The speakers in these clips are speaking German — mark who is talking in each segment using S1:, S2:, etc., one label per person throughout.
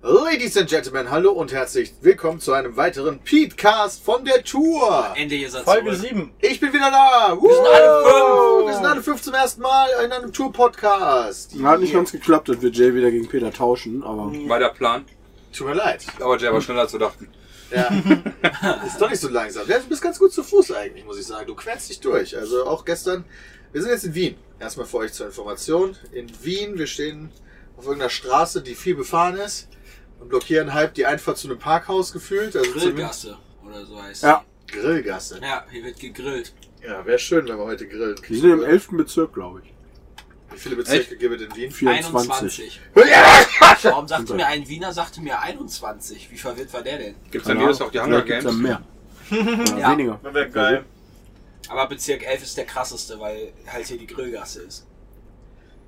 S1: Ladies and Gentlemen, hallo und herzlich willkommen zu einem weiteren Pete-Cast von der Tour.
S2: Ende ihr seid
S3: Folge
S2: zurück.
S3: 7.
S1: Ich bin wieder da. Wir sind
S2: alle fünf.
S1: Wir sind alle fünf zum ersten Mal in einem Tour-Podcast.
S4: Hat nicht ganz geklappt, dass wir Jay wieder gegen Peter tauschen, aber
S2: War der Plan.
S1: Tut mir leid.
S2: Aber
S5: Hm.
S2: Jay war schneller als wir dachten.
S1: Ja. ist doch nicht so langsam. Ja, Du bist ganz gut zu Fuß eigentlich, muss ich sagen. Du quälst dich durch. Also auch gestern. Wir sind jetzt in Wien. Erstmal für euch zur Information. In Wien, wir stehen auf irgendeiner Straße, die viel befahren ist und blockieren halb die Einfahrt zu einem Parkhaus gefühlt. Also zumindest-
S2: Grillgasse oder so heißt
S4: Ja.
S1: Grillgasse.
S2: Ja, hier wird gegrillt.
S1: Ja, wäre schön, wenn wir heute grillen.
S4: wir sind im 11. Bezirk, glaube ich.
S1: Wie viele Bezirke gibt es in Wien?
S4: 24.
S2: 21. Warum sagte mir ein Wiener, sagte mir 21. Wie verwirrt war der denn? Gibt's
S4: Keine
S2: dann jedes auch
S4: Ahnung.
S2: die Hunger
S4: Vielleicht gibt's
S2: Games?
S4: Dann mehr. Oder
S2: Ja.
S4: weniger.
S3: Das wäre geil.
S2: Aber Bezirk 11 ist der krasseste, weil halt hier die Grillgasse ist.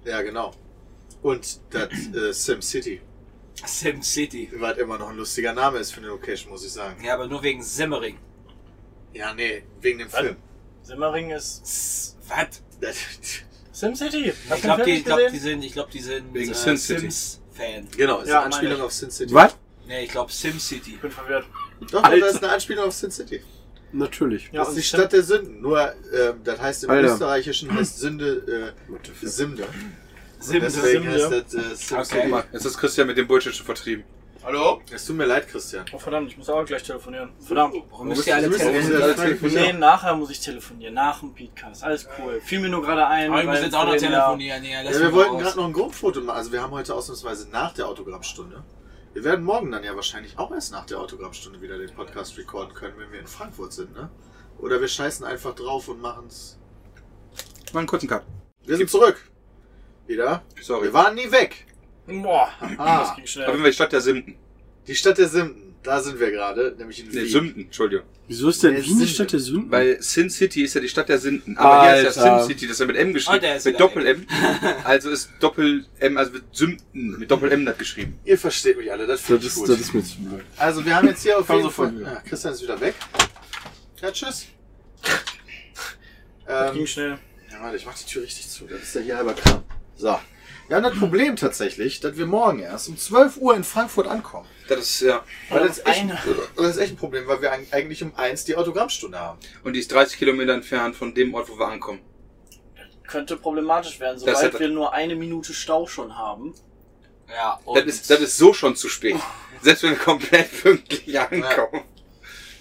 S1: Ja, genau. Und das äh, SimCity,
S2: Sim City.
S1: was immer noch ein lustiger Name ist für eine Location, muss ich sagen.
S2: Ja, aber nur wegen Simmering.
S1: Ja, nee, wegen dem
S3: Was?
S1: Film.
S3: Simmering ist
S2: S- Was?
S1: Das,
S3: SimCity. Hast
S2: Ich
S3: du den
S2: glaube,
S3: Film nicht
S2: die, ich glaub, die
S3: gesehen?
S2: sind, ich glaub, die sind Wegen äh, Sin City. Sims-Fan.
S1: genau, ist
S3: Ja,
S1: eine Anspielung
S3: meine ich.
S1: auf SimCity.
S4: Was?
S2: Nee, ich glaube SimCity.
S3: Ich bin verwirrt.
S1: Doch, Alter.
S4: Alter.
S1: das ist eine Anspielung auf SimCity.
S4: Natürlich.
S3: Ja,
S1: Das
S3: und
S1: ist die
S3: Sim-
S1: Stadt der Sünden. Nur, ähm, das heißt im
S4: Alter.
S1: Österreichischen heißt Sünde äh, Simde.
S2: Sim
S1: Deswegen
S3: Simde.
S1: heißt das äh, SimCity.
S2: Okay.
S1: Okay.
S2: Mann.
S5: Jetzt ist Christian mit dem Bullshit schon vertrieben.
S1: Hallo? Es tut mir leid, Christian.
S3: Oh verdammt, ich muss auch gleich telefonieren.
S2: Oh,
S3: Verdammt.
S2: Warum müsst ihr alle
S1: Warum müsst ihr
S2: telefonieren?
S1: alle
S3: Nee,
S1: telefonieren?
S3: nachher muss ich telefonieren. Nach dem Podcast. Alles cool. Fiel mir nur gerade ein.
S2: Oh, ich muss
S3: weil
S2: jetzt auch noch
S3: vorhin
S2: telefonieren. Ja, lass
S1: Ja, wir
S2: mich
S1: wollten
S2: raus.
S1: gerade noch ein Gruppenfoto machen. Also wir haben heute ausnahmsweise nach der Autogrammstunde. Wir werden morgen dann ja wahrscheinlich auch erst nach der Autogrammstunde wieder den Podcast recorden können, wenn wir in Frankfurt sind, ne? Oder wir scheißen einfach drauf und machen's.
S5: Mal einen kurzen Cut.
S1: Wir sind zurück. Wieder.
S5: Sorry.
S1: Wir waren nie weg.
S3: Boah, das
S1: Ah,
S3: ging
S5: Aber
S3: schnell.
S5: wenn wir die Stadt der Simten.
S1: die Stadt der Simden. Da sind wir gerade, nämlich in
S5: Ne,
S1: Wien.
S5: Sünden, Entschuldigung.
S4: Wieso ist denn
S1: Der
S4: Wien die
S1: Sünde.
S4: Stadt der Sünden?
S5: Weil Sin City ist ja die Stadt der Sünden. Aber hier ist ja
S4: Alter.
S5: Sin City, das ist ja mit M
S2: Oh,
S5: geschrieben.
S2: der ist
S5: mit
S2: wieder
S5: Doppel-M. Also ist Doppel-M, also mit Sünden, mit Doppel-M das geschrieben.
S1: Ihr versteht mich alle, das
S4: das,
S1: finde ich
S4: ist,
S1: gut.
S4: das ist mir zu blöd.
S1: Also wir haben jetzt hier auf
S4: Komm
S1: jeden
S4: sofort
S1: Fall...
S4: wieder.
S1: Ah, Christian ist wieder weg. Ja, tschüss.
S3: Das
S1: ähm,
S3: ging schnell.
S1: Ja, warte, ich mach die Tür richtig zu. Das ist ja hier halber Kram. So. Wir haben das Problem tatsächlich, dass wir morgen erst um 12 Uhr in Frankfurt ankommen.
S5: Das ist, ja.
S2: Um
S1: Weil das, ist echt,
S3: Eine.
S1: das ist echt ein Problem, weil wir eig- eigentlich um 1 die Autogrammstunde haben.
S5: Und die ist 30 Kilometer entfernt von dem Ort, wo wir ankommen.
S3: Könnte problematisch werden,
S5: Das
S3: sobald
S5: hätte-
S3: wir nur eine Minute Stau schon haben.
S2: Ja,
S5: Das
S2: und
S5: ist, das ist so schon zu spät. Selbst wenn wir komplett pünktlich ankommen.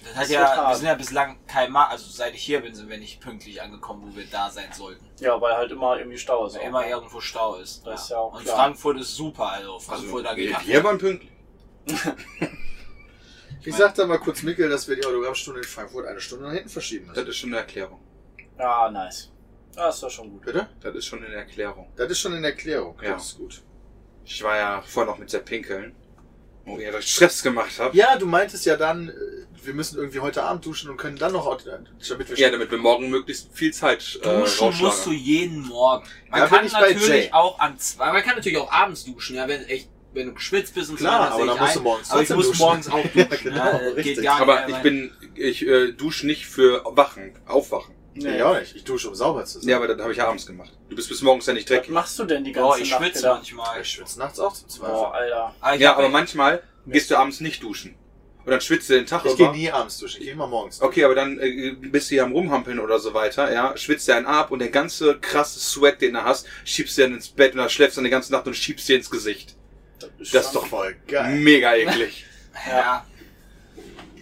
S2: Das hat
S3: Das wird
S2: ja, wir
S3: hart.
S2: sind ja bislang kein Mal, also seit ich hier bin, sind wir nicht pünktlich angekommen, wo wir da sein sollten.
S3: Ja, weil halt immer irgendwie Stau ist.
S2: Weil immer irgendwo Stau ist.
S3: Das ist ja auch
S2: Und
S3: klar.
S2: Frankfurt ist super, also Frankfurt da geht
S5: wir,
S2: ab.
S5: wir waren pünktlich.
S1: Ich sag da mal kurz Mikkel, dass wir die Autogrammstunde in Frankfurt eine Stunde nach hinten verschieben
S5: Das
S1: müssen.
S5: ist schon eine Erklärung.
S3: Ja, Ah, nice. Das ist doch schon gut.
S1: Bitte?
S5: Das ist schon eine Erklärung.
S1: Das ist schon in Erklärung.
S5: Ja.
S1: Das ist gut.
S5: Ich war ja vorhin noch mit der Pinkeln, wo ihr euch Stress gemacht habt. Ja,
S1: Ja, du meintest ja dann, äh, wir müssen irgendwie heute Abend duschen und können dann noch, Auto- damit wir
S5: damit wir morgen möglichst viel Zeit äh,
S2: Duschen musst du
S5: rausschlagen.
S2: jeden Morgen. Man
S1: Da bin
S2: kann
S1: ich bei Jay.
S2: natürlich auch an zwei, man kann natürlich auch abends duschen, ja, wenn echt, wenn du geschwitzt bist und
S1: Klar,
S2: so
S1: aber
S2: dann
S1: dann musst du morgens
S2: Aber ich
S1: trotzdem
S2: muss
S1: duschen.
S2: morgens auch duschen.
S1: Ja, genau,
S2: ja, äh,
S1: richtig.
S2: geht gar nicht.
S5: Aber ich
S2: weil-
S5: bin, ich äh, dusche nicht für Wachen, Aufwachen.
S1: Nee, ich auch nicht. Ich dusche, um sauber zu sein.
S5: Ja, aber das habe ich ja abends gemacht. Du bist bis morgens ja nicht
S3: Was
S5: dreckig.
S3: machst du denn die ganze
S2: Boah,
S3: Nacht?
S2: ich schwitze
S3: wieder?
S2: manchmal.
S1: ich schwitze nachts auch zum
S3: Boah,
S1: Zweifel.
S3: Alter.
S2: Aber ich
S5: Ja,
S2: hab-
S5: aber manchmal gehst du abends nicht duschen. Und dann schwitzt du den Tag
S1: Ich gehe
S5: über.
S1: nie abends duschen, ich gehe immer morgens duschen.
S5: Okay, aber dann äh, bist du ja am Rumhampeln oder so weiter, ja, schwitzt dir einen ab und der ganze krasse Sweat, den du hast, schiebst du dann ins Bett und dann schläfst du dann die ganze Nacht und schiebst dir ins Gesicht. Das ist doch
S1: voll geil.
S5: mega eklig.
S2: ja.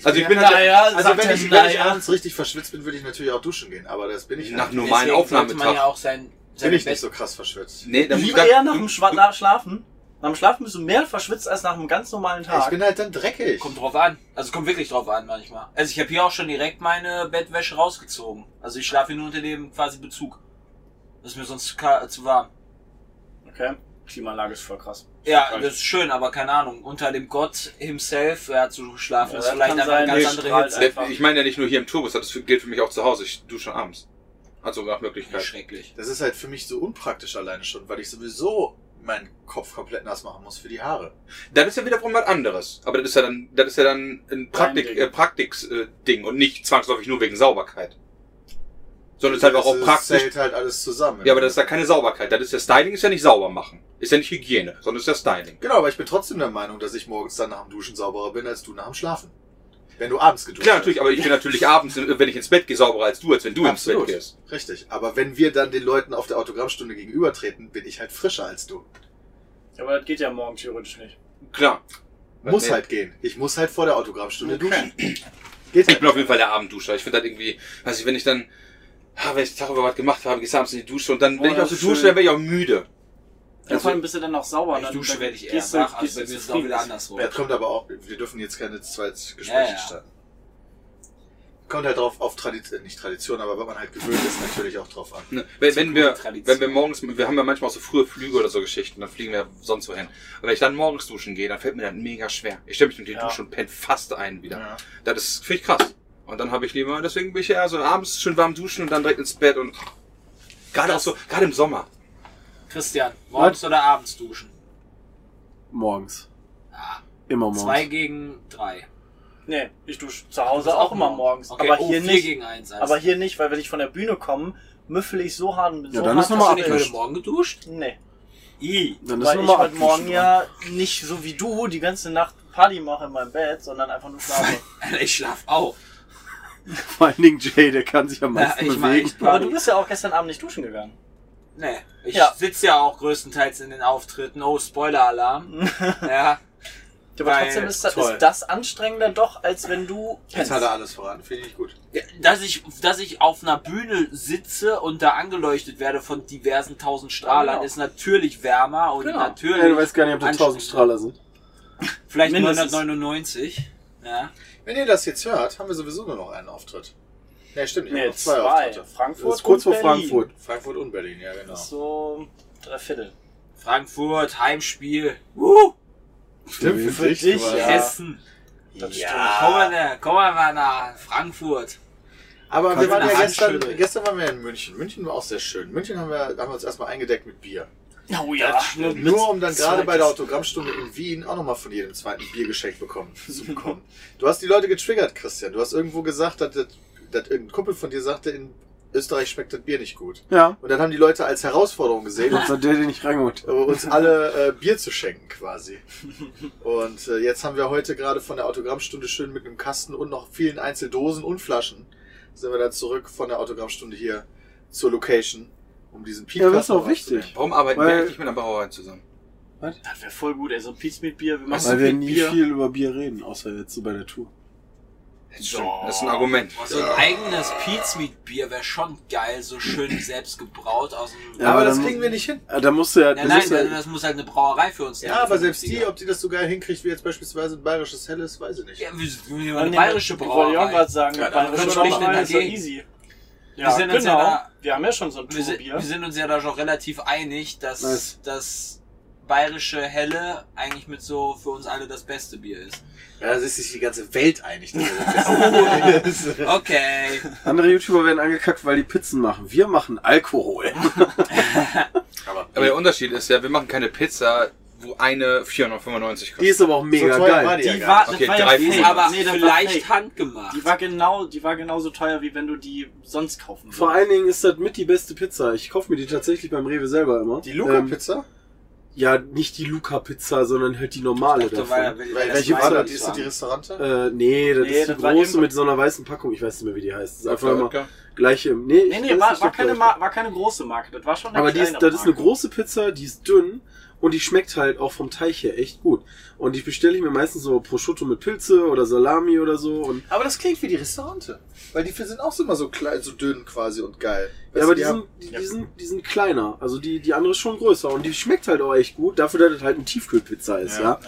S5: Das Also ich bin halt.
S3: Naja,
S1: Also
S3: sagt
S1: wenn
S3: er,
S1: ich, wenn ich
S3: naja.
S1: abends richtig verschwitzt bin, würde ich natürlich auch duschen gehen, aber das bin ich
S5: Nach
S1: halt.
S5: nur normalen
S2: Deswegen sollte
S5: Aufnahmetag.
S2: man ja auch sein,
S1: bin
S2: sein
S1: ich nicht
S2: Bett-
S1: so krass verschwitzt.
S5: Nee, dann
S3: Lieber eher nach dem Schwa nach Schlafen. Nach dem Schlafen bist du mehr verschwitzt als nach einem ganz normalen Tag.
S1: Ich bin halt dann dreckig.
S2: Kommt drauf an. Also kommt wirklich drauf an manchmal. Also ich habe hier auch schon direkt meine Bettwäsche rausgezogen. Also ich schlafe hier nur unter dem quasi Bezug. Das ist mir sonst zu, ka- zu warm.
S3: okay. Klimaanlage ist voll krass.
S2: Ja,
S3: Kann
S2: das ist schön, aber keine Ahnung. Unter dem Gott himself ja, zu schlafen
S3: Ja,
S2: ist
S3: das
S2: vielleicht
S3: kann
S2: einfach
S3: sein.
S2: eine ganz
S3: Nee,
S2: andere
S3: strahlt
S2: Hitze.
S3: einfach.
S5: Ich meine ja nicht nur hier im Tourbus, das gilt für mich auch zu Hause. Ich dusche abends. Also nach Möglichkeit.
S2: Schrecklich.
S1: Das ist halt für mich so unpraktisch alleine schon, weil ich sowieso meinen Kopf komplett nass machen muss für die Haare.
S5: Dann ist ja wiederum was anderes. Aber das ist ja dann, das ist ja dann ein Praktik,
S3: Dein Ding.
S5: äh, Praktiks-Ding und nicht zwangsläufig nur wegen Sauberkeit. Sondern es ist halt auch, auch
S1: Das
S5: praktisch.
S1: zählt halt alles zusammen.
S5: Ja, aber das ist ja keine Sauberkeit. Das ist ja Styling, ist ja nicht sauber machen. Ist ja nicht Hygiene, sondern ist ja Styling.
S1: Genau, aber ich bin trotzdem der Meinung, dass ich morgens dann nach dem Duschen sauberer bin, als du nach dem Schlafen. Wenn du abends geduscht
S5: Klar,
S1: hast.
S5: natürlich, aber ich bin natürlich abends, äh, wenn ich ins Bett gehe, sauberer als du, als wenn du
S1: Absolut.
S5: ins Bett gehst.
S1: Richtig. Aber wenn wir dann den Leuten auf der Autogrammstunde gegenübertreten, bin ich halt frischer als du.
S3: Aber das geht ja morgen theoretisch nicht.
S5: Klar.
S1: muss
S5: nee.
S1: halt gehen. Ich muss halt vor der Autogrammstunde duschen. Geht
S5: Ich
S1: halt.
S5: bin auf jeden Fall der Abendduscher. Ich finde das irgendwie, weiß ich, wenn ich dann, ah, wenn ich den Tag über was gemacht habe, gehst du abends in die Dusche und dann,
S3: Oh,
S5: wenn ich
S3: das
S5: aus der
S3: ist
S5: Dusche,
S3: schön.
S5: dann werde ich auch müde. Also,
S3: Ja, vor allem bist du dann auch sauber.
S2: Ich
S3: dann-
S2: dusche,
S3: dann
S2: werde ich eher
S3: gehst du-
S2: wach.
S3: gehst
S2: Also
S3: du
S2: bei mir ist es auch
S3: zufrieden
S2: wieder
S3: ins
S2: andersrum.
S1: Das kommt aber auch, wir dürfen jetzt keine Zweitgespräche
S2: Ja, ja.
S1: starten. Kommt halt drauf auf Tradition, nicht Tradition, aber wenn man halt gewöhnt ist, natürlich auch drauf an.
S5: Ne, Wenn, wenn, wir,
S2: Tradition.
S5: wenn wir morgens, wir haben ja manchmal auch so frühe Flüge oder so Geschichten, dann fliegen wir sonst wohin. Und wenn ich dann morgens duschen gehe, dann fällt mir das mega schwer. Ich stelle mich unter die
S3: Ja.
S5: Dusche und penne fast ein wieder.
S1: Ja.
S5: Das ist, finde ich krass. Und dann habe ich lieber, deswegen bin ich eher so abends schön warm duschen und dann direkt ins Bett und gerade auch so, gerade im Sommer.
S2: Christian, morgens oder abends duschen?
S4: Morgens. Immer morgens.
S2: Zwei gegen drei.
S3: Nee, ich dusche zu Hause auch, immer morgens.
S2: Okay,
S3: Aber
S2: oh,
S3: hier
S2: vier
S3: nicht.
S2: gegen eins. also.
S3: aber hier nicht, weil wenn ich von der Bühne komme, müffel ich so hart und bin
S4: Ja,
S3: so
S4: dann
S3: hart,
S4: ist nochmal
S3: dass
S2: Hast
S3: ich-
S2: du nicht heute
S4: abduschen.
S2: Morgen geduscht?
S3: Nee.
S2: I.
S4: Dann ist
S3: Weil ich
S4: nochmal
S3: heute Morgen ja nicht so wie du die ganze Nacht Party mache in meinem Bett, sondern einfach nur schlafe.
S2: Ich schlaf auch.
S4: Vor allen Dingen Jay, der kann sich am meisten
S2: ich mach
S4: bewegen.
S2: echt
S3: Aber
S2: Party.
S3: du bist ja auch gestern Abend nicht duschen gegangen.
S2: Nee, ich
S3: Ja.
S2: sitze ja auch größtenteils in den Auftritten. Oh, Spoiler-Alarm. ja,
S3: Aber
S2: Weil-
S3: trotzdem ist das,
S1: toll.
S3: ist das anstrengender doch, als wenn du
S1: Jetzt
S3: pennst.
S1: hat er alles verraten, finde ich gut.
S2: dass ich, dass ich auf einer Bühne sitze und da angeleuchtet werde von diversen tausend Strahlern,
S3: Genau.
S2: ist natürlich wärmer und
S3: Genau.
S2: natürlich.
S4: Ja, du weißt gar nicht, ob das 1000
S2: anstrengender.
S4: Strahler sind.
S2: Vielleicht
S3: Mindestens.
S2: 999. Ja.
S1: Wenn ihr das jetzt hört, haben wir sowieso nur noch einen Auftritt. Ne, stimmt, ich
S3: Nee,
S1: habe noch zwei,
S3: zwei.
S1: Auftritte.
S3: Frankfurt
S4: Das ist kurz
S3: und
S4: vor
S3: Berlin.
S4: Frankfurt.
S1: Frankfurt und Berlin, ja genau.
S3: Das ist so drei Viertel.
S2: Frankfurt, Heimspiel. Woo!
S1: Stimmt,
S4: Für
S1: für dich.
S3: dich,
S1: du warst-
S3: ja.
S2: Essen.
S3: Das
S2: Komm mal, ne, komm mal nach Frankfurt.
S1: Aber wir
S2: Kannst
S1: waren
S2: du
S1: ja
S2: eine
S1: gestern,
S2: Handschüttel?
S1: gestern waren wir in München. München war auch sehr schön. München haben wir, haben wir uns erstmal eingedeckt mit Bier.
S3: stimmt. Oh ja.
S1: Nur, nur um dann gerade bei der Autogrammstunde in Wien auch nochmal von jedem zweiten Bier geschenkt bekommen, zu bekommen. Du hast die Leute getriggert, Christian. Du hast irgendwo gesagt, dass, das- dass irgendein Kumpel von dir sagte, in Österreich schmeckt das Bier nicht gut.
S4: Ja.
S1: Und dann haben die Leute als Herausforderung gesehen,
S4: Sonst hat der den nicht reingeholt.
S1: äh, uns alle äh, Bier zu schenken quasi. Und äh, jetzt haben wir heute gerade von der Autogrammstunde schön mit einem Kasten und noch vielen Einzeldosen und Flaschen sind wir dann zurück von der Autogrammstunde hier zur Location, um diesen Piet
S4: Ja, das ist auch wichtig.
S5: Warum arbeiten wir
S4: Weil-
S5: eigentlich mit einer Brauerei zusammen?
S3: Das wäre voll gut, ey. So ein Pizza mit Bier. Wir machen
S4: Weil wir
S3: viel
S4: nie
S3: Bier.
S4: viel über Bier reden, außer jetzt so bei der Tour.
S5: Das stimmt, das ist ein Argument.
S2: Boah, so ein eigenes Pizmeat Bier wäre schon geil, so schön selbst gebraut aus dem.
S4: Ja,
S1: aber
S4: aber
S1: das
S4: dann-
S1: kriegen wir nicht hin.
S4: Ah, Da musst du ja.
S2: Ja,
S4: da
S2: nein,
S4: musst du
S2: also
S4: ja
S2: das muss halt eine Brauerei für uns
S1: Ja, aber selbst die, ob die das so geil hinkriegt wie jetzt beispielsweise ein bayerisches Helles, weiß ich nicht.
S2: Ja, wir sind wir sind
S3: Dann
S2: eine bayerische
S3: nehmen wir- Ich wollte auch
S2: Brauerei.
S3: gerade sagen,
S1: Ja, dann
S3: bayerische
S1: können wir doch
S3: Brauerei
S2: mal
S3: ist so
S2: gehen.
S3: easy.
S2: Wir
S3: Ja,
S2: sind uns ja
S3: genau.
S2: da-
S3: wir haben ja schon so ein
S2: Wir sind, wir
S3: Tourbier.
S2: sind uns ja da schon relativ einig, dass
S4: Nice.
S2: das bayerische Helle eigentlich mit so für uns alle das beste Bier ist.
S1: Ja, da ist sich die ganze Welt einig. ne? dass wir das wissen.
S2: Okay.
S4: Andere YouTuber werden angekackt, weil die Pizzen machen. Wir machen Alkohol.
S5: Aber der Unterschied ist ja, wir machen keine Pizza, wo eine 495
S4: Die
S5: kostet.
S4: ist aber auch mega
S1: teuer war
S4: geil.
S1: die ja
S3: Die
S1: gar
S3: war,
S1: nicht.
S5: Okay,
S3: das war ja
S5: drei
S3: fake.
S5: Euro.
S2: Aber
S3: Nee, das war
S2: vielleicht
S3: fake.
S2: handgemacht.
S3: Die war genau, die war genauso teuer, wie wenn du die sonst kaufen würdest.
S4: Vor allen Dingen ist das mit die beste Pizza. Ich kaufe mir die tatsächlich beim Rewe selber immer. Ähm,
S1: Die Luca-Pizza?
S4: ja, nicht die Luca-Pizza, sondern halt die normale
S2: Ich dachte,
S4: davon.
S2: weil er will- weil er
S1: Welche
S2: das
S1: war
S2: weiß,
S1: das?
S2: dass
S1: Ist
S2: wir
S1: das die
S2: haben.
S1: Restaurante?
S4: Äh, nee, das
S3: Nee,
S4: ist die
S3: das war
S4: große
S3: eben-
S4: mit so einer weißen Packung. Ich weiß nicht mehr, wie die heißt. Das ist einfach immer
S5: Oetker?
S4: gleiche. Nee, ich
S3: Nee, nee,
S4: weiß
S3: war,
S4: nicht,
S3: war,
S4: ob
S3: keine
S4: gleich-
S3: Mar war keine große Marke. Das war schon eine
S4: Aber die ist,
S3: kleinere
S4: das ist eine
S3: Marke.
S4: große Pizza, die ist dünn Und die schmeckt halt auch vom Teich her echt gut. Und die bestelle ich mir meistens so Prosciutto mit Pilze oder Salami oder so. Und
S1: Aber das klingt wie die Restaurante. Weil die sind auch so immer so klein, so dünn quasi und geil.
S4: ja, aber die,
S1: Weißt du,
S4: sind, die, die, sind, die sind kleiner. Also die, die andere ist schon größer. Und die schmeckt halt auch echt gut, dafür, dass das halt eine Tiefkühlpizza ist, ja.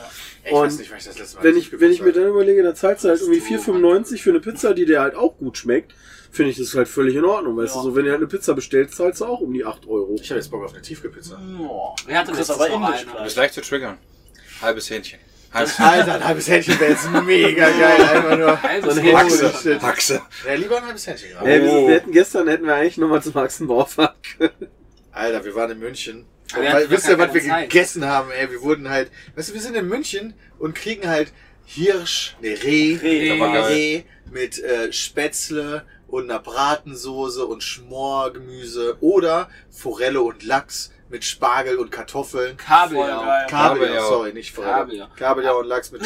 S1: Ich
S4: Und
S1: weiß nicht, wann ich das letzte Mal
S4: Wenn ich, wenn ich mir
S1: dann
S4: dann überlege, da zahlst du halt irgendwie 4,95 für eine Pizza, die dir halt auch gut schmeckt, finde ich das halt völlig in Ordnung. Weißt
S3: Ja.
S4: du, so wenn du halt eine Pizza bestellst, zahlst du auch um die 8 Euro.
S1: Ich habe jetzt Bock auf eine Tiefkühlpizza.
S2: Mm.
S3: Boah.
S2: Wir hatten
S3: Das ist
S2: letztens
S3: aber
S2: noch
S3: indisch
S2: eine.
S5: Ist leicht zu triggern. Halbes Hähnchen. Halbes
S1: Alter, ein halbes Hähnchen wäre jetzt mega geil. Einfach nur.
S2: Also,
S1: Holy shit.
S5: Haxe.
S1: Ja, lieber ein halbes Hähnchen genau. gerade.
S4: Ey, wir, sind-
S5: Oh.
S4: wir hätten gestern hätten wir eigentlich nochmal zum Axenbauer fahren können.
S1: Alter, wir waren in München.
S2: Aber
S1: Und
S2: wir
S1: weil,
S2: hatten
S1: wisst
S2: gar
S1: ihr, was
S2: keine
S1: wir
S2: Zeit.
S1: gegessen haben? Ey, wir wurden halt, weißt du, wir sind in München und kriegen halt Hirsch, nee, Reh,
S2: Reh.
S1: Reh,
S5: geil.
S1: mit äh, Spätzle und einer Bratensoße und Schmorgemüse oder Forelle und Lachs mit Spargel und Kartoffeln.
S3: Voll
S2: Kabeljau.
S3: geil.
S1: Kabeljau,
S5: Kabeljau.
S1: sorry, nicht Forelle.
S2: Kabeljau.
S1: Kabeljau, und Lachs mit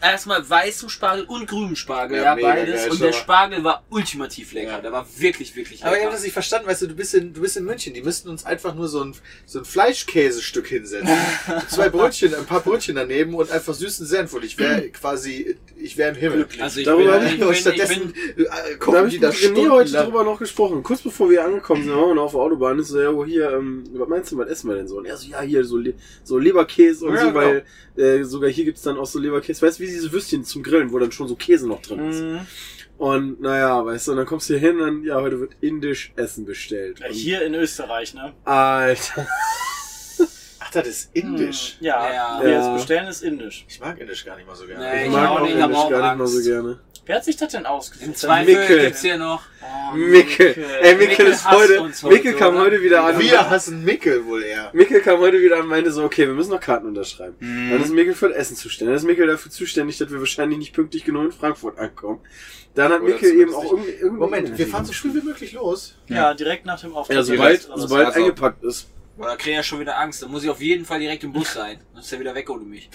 S2: Erstmal weißen Spargel und grünen Spargel,
S1: Ja,
S2: ja,
S1: mega
S2: beides.
S1: geil,
S2: und der
S1: schon mal.
S2: Spargel war ultimativ lecker.
S1: Ja.
S2: Der war wirklich, wirklich lecker.
S1: Aber ich habe das nicht verstanden, weißt du, du bist in, du bist in München, die müssten uns einfach nur so ein, so ein Fleischkäsestück hinsetzen. Zwei Brötchen, ein paar Brötchen daneben und einfach süßen Senf und ich wäre quasi, ich wäre im Himmel.
S2: also ich
S4: Darüber
S2: bin,
S4: hab
S2: ich
S1: Aber
S2: bin, ich
S1: stattdessen
S2: bin,
S1: äh,
S4: Da
S1: kochen
S4: habe ich
S1: die
S4: mit
S1: da
S4: René heute
S1: stundenlang.
S4: drüber noch gesprochen. Kurz bevor wir angekommen sind, waren wir noch auf der Autobahn. Ist so, ja, wo hier, ähm, was meinst du, was essen wir denn so? Und er so, ja, hier so, Le so Leberkäse und
S1: Ja,
S4: so,
S1: genau.
S4: weil äh, sogar hier gibt's dann auch so Leberkäse. Weißt du, wie diese Würstchen zum Grillen, wo dann schon so Käse noch drin ist.
S2: Mhm.
S4: Und naja, weißt du, und dann kommst du hier hin und ja, heute wird indisch Essen bestellt.
S3: Ja,
S4: Und,
S3: Äh, Hier in Österreich, ne?
S4: Alter.
S1: Ach, das ist indisch.
S2: Hm.
S3: Ja,
S2: Ja.
S3: wir
S4: Ja.
S3: jetzt bestellen ist indisch.
S1: Ich mag indisch gar nicht mal so gerne.
S2: Nee,
S4: Ich,
S2: Ich
S4: mag
S2: auch
S4: auch
S2: nicht,
S4: indisch
S2: aber auch
S4: gar nicht mal so
S2: Angst.
S4: gerne.
S3: Wer hat sich das denn ausgesucht?
S2: im Zweifel
S4: Mickel.
S2: gibt's hier noch.
S3: Oh,
S4: Mickel. Ey, Mickel,
S2: Mickel
S4: ist
S2: Ah, hasst
S4: heute.
S2: uns heute,
S4: Mickel kam
S2: oder?
S4: heute wieder an.
S1: Also, Wir hassen Mickel wohl eher.
S4: Mikkel kam heute wieder an und meinte so, okay, wir müssen noch Karten unterschreiben.
S3: Mhm.
S4: Dann ist Mikkel für das Essen zuständig. Dann ist Mikkel dafür zuständig, dass wir wahrscheinlich nicht pünktlich genug in Frankfurt ankommen. Dann hat
S1: Oder
S4: Mikkel eben auch
S1: zumindest
S4: irgendwie... irgendwie
S1: Moment, wir fahren so früh wie möglich los.
S3: Ja, direkt nach dem Auftritt.
S4: Ja, sobald,
S3: Oder was?
S4: sobald
S5: Also-
S4: eingepackt ist.
S2: Oder krieg ja schon wieder Angst. Dann muss ich auf jeden Fall direkt im Bus sein. Dann ist er wieder weg ohne mich.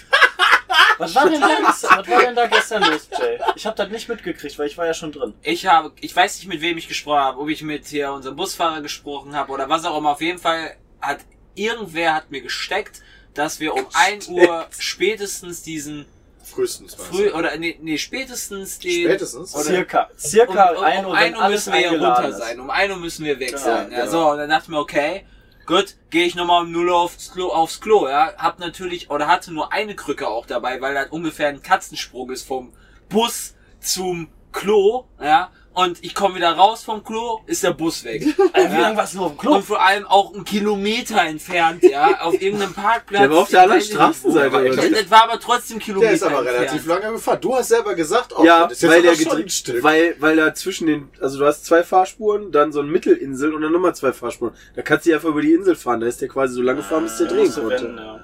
S3: Was war, denn da gestern, was war denn da gestern los, Jay? Ich habe das nicht mitgekriegt, weil ich war ja schon drin.
S2: Ich habe, ich weiß nicht, mit wem ich gesprochen habe, ob ich mit hier unserem Busfahrer gesprochen habe oder was auch immer. Auf jeden Fall hat irgendwer hat mir gesteckt, dass wir um 1 Uhr spätestens diesen
S1: Frühestens.
S2: früh oder nee, nee spätestens den
S1: Spätestens?
S2: oder
S3: Circa. Circa
S2: um, um,
S3: ein Uhr,
S2: um
S3: wenn
S2: 1 Uhr
S3: alles
S2: müssen wir ja runter
S3: eingeladen ist.
S2: sein. Um 1 Uhr müssen wir weg
S3: Ja,
S2: sein. Ja,
S1: genau.
S2: so, und dann dachte ich mir, okay, gut, gehe ich nochmal um 0 Uhr aufs Klo, aufs Klo, ja. Hab natürlich, oder hatte nur eine Krücke auch dabei, weil das ungefähr ein Katzensprung ist vom Bus zum Klo, ja. Und ich komme wieder raus vom Klo, ist der Bus weg. Also,
S3: Ey, wie lange warst du auf dem Klo?
S2: Und vor allem auch einen Kilometer entfernt, ja, auf irgendeinem Parkplatz.
S4: Der war auf der anderen
S2: Weiß ich nicht, wo.
S4: Straßenseite,
S2: Aber
S4: oder?
S2: Das war aber trotzdem Kilometer
S1: Der ist aber
S2: entfernt.
S1: relativ lange gefahren. Du hast selber gesagt, oh,
S4: ja,
S1: das ist jetzt
S4: weil der
S1: aber schon ein
S4: gedreht,
S1: Stück.
S4: weil, weil da zwischen den, also du hast zwei Fahrspuren, dann so eine Mittelinsel und dann nochmal zwei Fahrspuren. Da kannst du einfach über die Insel fahren, da ist der quasi so lange gefahren, bis der
S3: Da
S4: drehen
S3: Ah, musst du wenden,
S4: konnte.
S3: ja.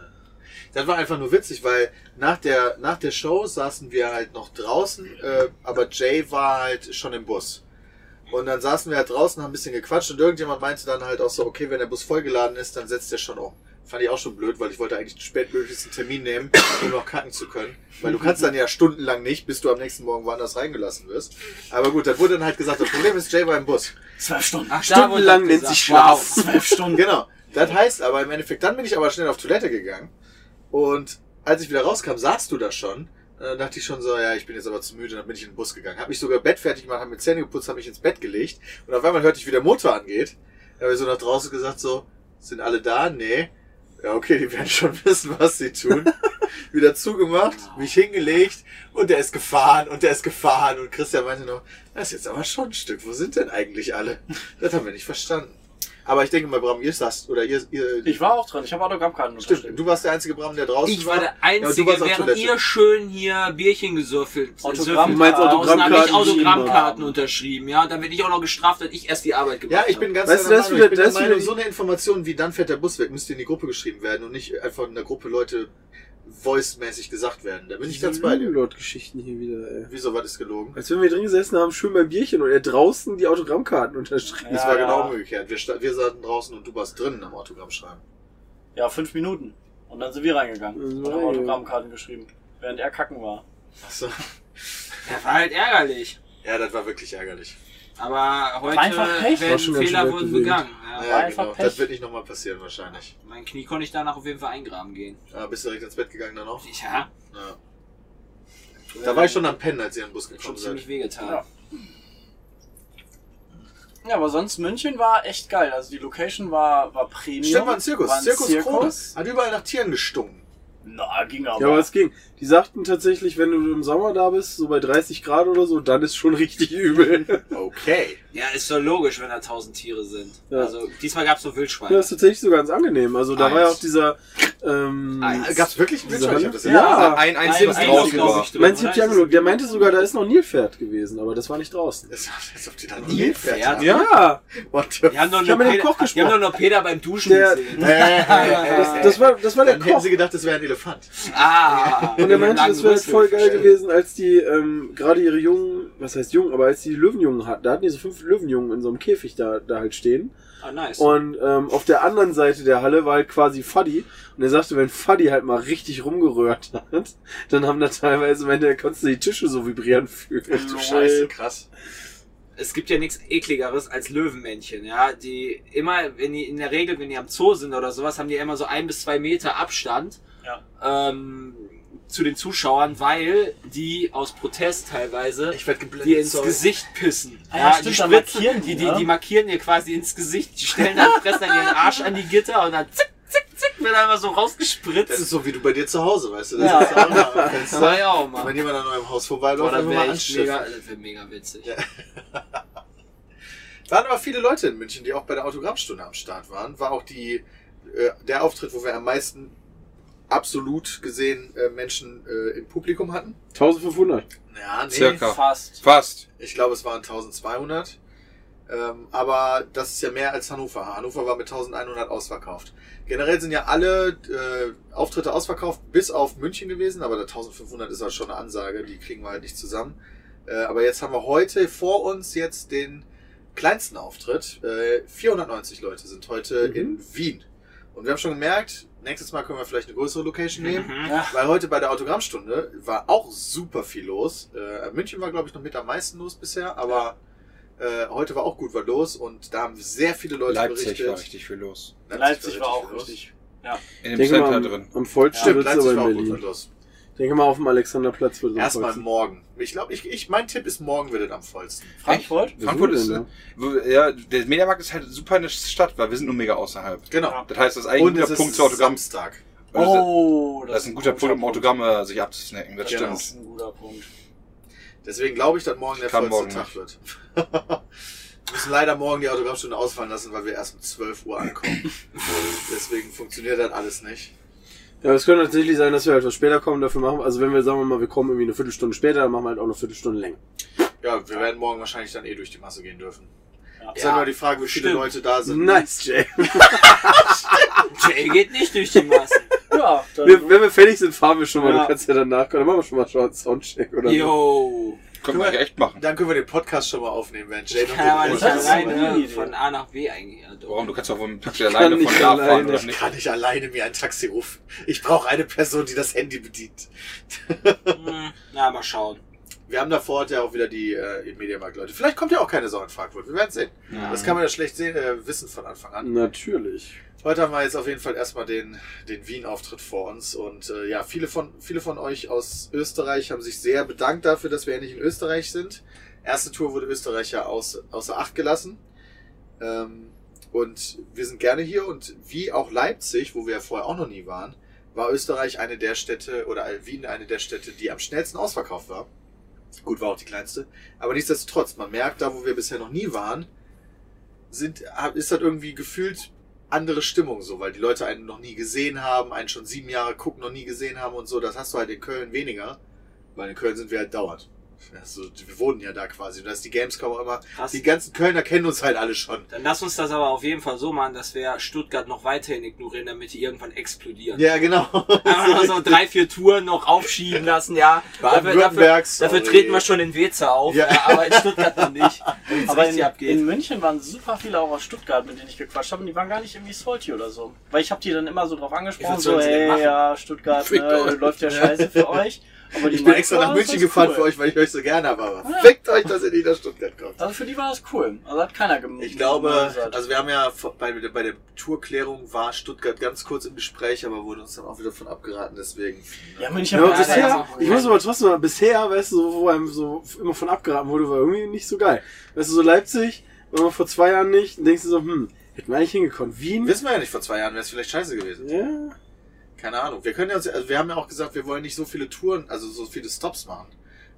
S1: Das war einfach nur witzig, weil nach der, nach der Show saßen wir halt noch draußen, äh, aber Jay war halt schon im Bus. Und dann saßen wir halt draußen, haben ein bisschen gequatscht und irgendjemand meinte dann halt auch so, okay, wenn der Bus vollgeladen ist, dann setzt der schon um. Fand ich auch schon blöd, weil ich wollte eigentlich den spätmöglichsten Termin nehmen, um noch kacken zu können. Weil du kannst dann ja stundenlang nicht, bis du am nächsten Morgen woanders reingelassen wirst. Aber gut, dann wurde dann halt gesagt, das Problem ist, Jay war im Bus.
S3: Zwölf Stunden.
S2: Ach, da wurde
S4: Stundenlang
S2: das
S4: nennt
S2: gesagt.
S4: sich Schlaf.
S3: Zwölf Stunden.
S1: Genau. Das heißt aber im Endeffekt, dann bin ich aber schnell auf Toilette gegangen. Und als ich wieder rauskam, saßt du da schon. äh, Dann dachte ich schon so, ja, ich bin jetzt aber zu müde, dann bin ich in den Bus gegangen. Hab mich sogar Bett fertig gemacht, hab mir Zähne geputzt, hab mich ins Bett gelegt. Und auf einmal hörte ich, wie der Motor angeht. Da habe ich so nach draußen gesagt, so, sind alle da? Nee. Ja, okay, die werden schon wissen, was sie tun. wieder zugemacht, mich hingelegt und der ist gefahren und der ist gefahren. Und Christian meinte noch, das ist jetzt aber schon ein Stück. Wo sind denn eigentlich alle? Das haben wir nicht verstanden. Aber ich denke mal, Bram, ihr saßt, oder ihr, ihr
S3: Ich war auch dran, ich habe Autogrammkarten
S1: stimmt, du warst der einzige Bram, der draußen
S2: Ich war der
S1: Ja, und du
S2: Einzige,
S1: warst auf
S2: während
S1: Toilette.
S2: ihr schön hier Bierchen gesüffelt.
S3: Autogramm-
S2: gesüffelt
S4: Du meinst
S2: habt,
S4: Autogrammkarten
S2: habe ich
S4: geschrieben
S2: Autogrammkarten
S3: haben.
S2: unterschrieben, ja. Dann werde ich auch noch gestraft, dass ich erst die Arbeit gemacht
S1: Ja,
S2: habe.
S1: ich bin ganz
S4: Weißt du,
S1: deiner
S4: das ist
S1: Meinung.
S4: wieder-
S1: ich bin der
S4: das ist
S1: Meinung,
S4: wieder-
S1: so eine Information wie dann fährt der Bus weg, müsste in die Gruppe geschrieben werden und nicht einfach in der Gruppe Leute voice-mäßig gesagt werden. Da bin ich ganz bei dir.
S4: Lord-Geschichten hier wieder, ey.
S1: Wieso war das gelogen?
S4: Als wenn wir drin gesessen haben, schön beim Bierchen und er draußen die Autogrammkarten unterschrieben.
S1: das
S3: Ja,
S1: war
S3: ja.
S4: um
S1: genau umgekehrt. Wir, sta- wir saßen draußen und du warst drinnen am Autogramm schreiben.
S3: Ja, fünf Minuten. Und dann sind wir
S4: Dann sind
S3: reingegangen.
S4: wir
S3: Und haben
S4: reingegangen.
S3: Autogrammkarten geschrieben. Während er kacken war.
S1: Achso.
S2: das war halt ärgerlich.
S1: Ja, das war wirklich ärgerlich.
S2: Aber heute
S3: Einfach Pech.
S4: War
S2: werden
S4: schon ganz schön
S2: Fehler wurden
S4: wegbewegt.
S2: begangen. Ja,
S1: Naja,
S3: einfach
S1: genau.
S3: Pech.
S1: Das wird nicht nochmal passieren wahrscheinlich.
S2: Mein Knie konnte ich danach auf jeden Fall eingraben gehen.
S1: Ah, bist du direkt ins Bett gegangen dann auch?
S2: Ja,
S1: Ja. Da war ich schon am Pennen, als ihr an den Bus
S2: hat schon
S1: gekommen
S2: ziemlich
S1: seid.
S2: wehgetan.
S3: Ja. Ja, aber sonst München war echt geil. Also die Location war, war Premium.
S1: Stimmt, war ein Zirkus.
S3: War ein
S1: Zirkus,
S3: Zirkus.
S1: Krone. Hat überall nach Tieren gestunken.
S3: Na, ging aber.
S4: Ja, aber es ging. Die sagten tatsächlich, wenn du im Sommer da bist, so bei 30 Grad oder so, dann ist schon richtig übel.
S1: Okay.
S2: Ja, ist doch logisch, wenn da tausend Tiere sind.
S4: Ja.
S2: Also diesmal gab's nur Wildschweine.
S4: das ist tatsächlich so ganz angenehm. Also da
S5: Eins.
S4: war ja auch dieser... Ähm,
S2: Eins.
S1: Gab es Ah, wirklich einen
S4: Diese
S1: Wildschwein? Ich hab das
S4: Ja.
S1: ja.
S5: Ah, ein einziges
S2: Eins,
S5: draußen
S2: glaub
S5: war.
S2: ich.
S4: Meinst du, ich hab die angeguckt? Der meinte sogar, da ist noch Nilpferd gewesen, aber das war nicht draußen.
S1: Das war jetzt auf die dann
S2: Nilpferd?
S1: Nilpferd.
S4: Ja,
S1: What the
S2: Die haben doch
S4: Ich
S2: nur
S4: hab mit dem
S2: Peter-
S4: Koch
S2: die haben
S4: gesprochen.
S2: doch nur Peter beim Duschen
S4: Der-
S2: gesehen.
S4: das, das, war, das war der
S1: Dann hätten
S4: Koch.
S1: sie gedacht, das wäre ein Elefant.
S2: Ah,
S4: Und er meinte,
S2: langen
S4: das wäre
S2: Rüssel,
S4: voll geil
S2: verstehe.
S4: gewesen, als die ähm, gerade ihre Jungen, was heißt Jungen, aber als die Löwenjungen hatten, da hatten die so fünf Löwenjungen in so einem Käfig da, da halt stehen.
S2: Ah, nice.
S4: Und ähm, auf der anderen Seite der Halle war halt quasi Fuddy. Und er sagte, wenn Fuddy halt mal richtig rumgerührt hat, dann haben da teilweise, wenn der konntest du die Tische so vibrieren fühlen.
S1: Ach du Scheiße, krass.
S2: es gibt ja nichts ekligeres als Löwenmännchen, ja. Die immer, wenn die in der Regel, wenn die am Zoo sind oder sowas, haben die immer so ein bis zwei Meter Abstand ähm, zu den Zuschauern, weil die aus Protest teilweise
S1: Ich werd
S2: dir ins
S1: geblendet. sorry.
S2: Gesicht pissen.
S3: Ah ja, stimmt,
S2: die
S3: dann
S2: spritzen,
S3: markieren die,
S2: die, die,
S3: ne?
S2: die markieren dir quasi ins Gesicht. Die stellen dann, fressen dann ihren Arsch an die Gitter und dann zick, zick, zick, wird einmal so
S1: Das ist
S2: rausgespritzt.
S1: so wie du bei dir zu Hause, weißt du? Das ist auch immer am
S2: Das
S1: Fenster.
S2: war ja auch
S1: Wenn
S2: mal.
S1: jemand an eurem Haus vorbeiläuft,
S2: Boah, das
S1: einfach mal
S2: wäre echt
S1: anschiffen.
S2: mega, das wär mega witzig.
S1: waren aber viele Leute in München, die auch bei der Autogrammstunde am Start waren. War auch die, äh, der Auftritt, wo wir am meisten absolut gesehen äh, Menschen äh, im Publikum hatten.
S4: 1500.
S1: Ja, nee.
S5: Circa.
S3: Fast.
S5: Fast.
S1: Ich glaube, es waren 1200. Ähm, aber das ist ja mehr als Hannover. Hannover war mit 1100 ausverkauft. Generell sind ja alle äh, Auftritte ausverkauft, bis auf München gewesen. Aber der 1500 ist halt schon eine Ansage. Die kriegen wir halt nicht zusammen. Äh, aber jetzt haben wir heute vor uns jetzt den kleinsten Auftritt. Äh, 490 Leute sind heute
S4: Mhm.
S1: in Wien. Und wir haben schon gemerkt, nächstes Mal können wir vielleicht eine größere Location nehmen.
S2: Mhm.
S3: Ja.
S1: Weil heute bei der Autogrammstunde war auch super viel los. Äh, München war, glaube ich, noch mit am meisten los bisher, aber äh, heute war auch gut was los und da haben sehr viele Leute
S5: Leipzig
S1: berichtet.
S5: war richtig viel los.
S3: Leipzig war
S1: richtig
S3: auch
S1: viel los.
S3: richtig.
S4: Ich
S5: In dem
S4: denke mal,
S5: Center
S4: am,
S5: drin.
S4: am vollsten
S1: Stimmt,
S4: wird's aber
S1: Leipzig
S4: in
S1: war auch gut was
S4: Berlin. Also
S1: los.
S4: Ich denke mal, auf dem Alexanderplatz wird es am
S1: Erstmal
S4: vollsten.
S1: morgen. Ich glaube, ich, ich, mein Tipp ist, morgen wird es am vollsten.
S3: Frankfurt?
S4: Wer
S5: Frankfurt
S4: sind
S5: ist,
S4: denn
S5: ne, ja, der Mediamarkt ist halt super eine Stadt, weil wir sind nur mega außerhalb.
S1: Genau.
S3: Ja.
S5: Das heißt, das ist eigentlich ein
S1: es
S5: guter
S1: ist
S5: Punkt zu Autogramm. Also,
S1: Samstag.
S3: Oh,
S5: Das ist ein guter Punkt, um Autogramme sich abzusnacken, das
S1: Genau.
S3: Das
S5: stimmt.
S3: ist ein guter Punkt.
S1: Deswegen glaube ich, dass morgen der
S5: kann
S1: vollste
S5: morgen
S1: Tag wird. wir müssen leider morgen die Autogrammstunde ausfallen lassen, weil wir erst um 12 Uhr ankommen. Deswegen funktioniert das alles nicht.
S4: Ja, es könnte tatsächlich sein, dass wir halt was später kommen, dafür machen. wir- Also wenn wir, sagen wir mal, wir kommen irgendwie eine Viertelstunde später, dann machen wir halt auch eine Viertelstunde länger.
S1: Ja, wir werden morgen wahrscheinlich dann eh durch die Masse gehen dürfen.
S3: Ja.
S1: Ist halt nur die Frage, wie viele
S2: stimmt.
S1: Leute da sind.
S4: Also Nice, Jay.
S2: Jay geht nicht durch die Massen.
S3: Ja, dann
S4: Wir, wenn wir fertig sind, fahren wir schon mal.
S3: Ja.
S4: Du kannst ja danach kommen. Dann machen wir schon mal schon einen Soundcheck oder so.
S2: Yo.
S5: Können wir eigentlich echt machen.
S1: Dann können wir den Podcast schon mal aufnehmen, wenn Jane und
S2: Kann aber
S1: den
S2: nicht
S3: Das ist eine gute
S2: alleine
S3: Idee.
S2: von A nach B eigentlich. Ja, doch.
S5: Warum? Du kannst doch wohl mit dem Taxi alleine von
S4: nicht
S5: da fahren
S4: alleine.
S5: oder
S1: Ich
S5: nicht?
S1: kann nicht alleine mir ein Taxi rufen. Ich brauche eine Person, die das Handy bedient.
S2: Hm, Na, mal schauen.
S1: Wir haben da vor Ort ja auch wieder die äh, im Mediamarkt Leute. Vielleicht kommt ja auch keine Sau in Frankfurt. Wir werden sehen. Das kann man ja schlecht sehen, äh, wissen von Anfang an.
S4: Natürlich.
S1: Heute haben wir jetzt auf jeden Fall erstmal den, den Wien-Auftritt vor uns. Und äh, ja, viele von, viele von euch aus Österreich haben sich sehr bedankt dafür, dass wir endlich in Österreich sind. Erste Tour wurde Österreich ja aus, außer Acht gelassen. Ähm, und wir sind gerne hier. Und wie auch Leipzig, wo wir ja vorher auch noch nie waren, war Österreich eine der Städte oder äh, Wien eine der Städte, die am schnellsten ausverkauft war. Gut, war auch die kleinste. Aber nichtsdestotrotz, man merkt, da wo wir bisher noch nie waren, sind, ist das irgendwie gefühlt andere Stimmung so, weil die Leute einen noch nie gesehen haben, einen schon sieben Jahre gucken, noch nie gesehen haben und so. Das hast du halt in Köln weniger, weil in Köln sind wir halt dauernd. Also, wir wohnen ja da quasi. Und da ist die Gamescom auch immer.
S2: Krass.
S1: Die ganzen Kölner kennen uns halt alle schon.
S2: Dann lass uns das aber auf jeden Fall so machen, dass wir Stuttgart noch weiterhin ignorieren, damit die irgendwann explodieren.
S1: Ja, genau.
S2: Einfach noch so drei, vier Touren noch aufschieben lassen, ja. Dafür, dafür,
S1: Baden-Württemberg, sorry.
S2: dafür treten wir schon in Weze auf,
S1: Ja.
S2: ja. aber in Stuttgart noch nicht. Wenn es
S3: Aber in,
S2: richtig
S3: in
S2: abgeht.
S3: München waren super viele auch aus Stuttgart, mit denen ich gequatscht habe, und die waren gar nicht irgendwie salty oder so. Weil ich habe die dann immer so drauf angesprochen,
S2: Was
S3: so,
S2: sollen sie denn
S3: hey,
S2: machen?
S3: ja, Stuttgart,
S4: Fickt
S3: ne,
S4: euch.
S3: läuft ja scheiße für euch. Aber die
S1: Ich bin Oh,
S3: Mike
S1: extra
S3: war
S1: nach
S3: das
S1: München
S3: ganz
S1: gefahren
S3: cool.
S1: für euch, weil ich euch so gerne habe, aber fickt euch, dass ihr nicht nach Stuttgart kommt.
S3: Also für die war es cool. Also hat keiner gemacht.
S1: Ich glaube, also wir haben ja vor- bei, bei der Tourklärung war Stuttgart ganz kurz im Gespräch, aber wurde uns dann auch wieder von abgeraten, deswegen.
S3: ja, München
S4: Ja,
S3: hat
S4: aber
S3: ja,
S4: bisher,
S3: ja,
S4: ich muss aber trotzdem sagen, bisher, weißt du, so, wo einem so immer von abgeraten wurde, war irgendwie nicht so geil. Weißt du, so Leipzig, war man vor zwei Jahren nicht, dann denkst du so, hm, hätten wir eigentlich hingekommen. Wien?
S1: Wissen wir ja nicht, vor zwei Jahren wäre es vielleicht scheiße gewesen.
S4: Ja.
S1: Keine Ahnung. Wir können ja, also wir haben ja auch gesagt, wir wollen nicht so viele Touren, also so viele Stops machen.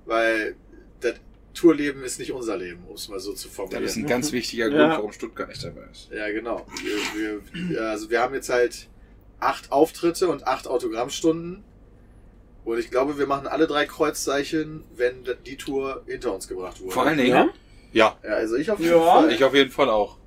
S1: Weil das Tourleben ist nicht unser Leben, um es mal so zu
S5: Das ist
S1: formulieren.
S5: ein ganz wichtiger
S4: Ja.
S5: Grund, warum Stuttgart nicht dabei ist.
S1: Ja, genau. Wir, wir, also wir haben jetzt halt acht Auftritte und acht Autogrammstunden. Und ich glaube, wir machen alle drei Kreuzzeichen, wenn die Tour hinter uns gebracht wurde.
S5: Vor allen Dingen.
S4: Ja?
S5: Ja,
S1: Ja, also ich auf jeden
S3: Ja.
S1: Fall.
S5: ich auf jeden Fall auch.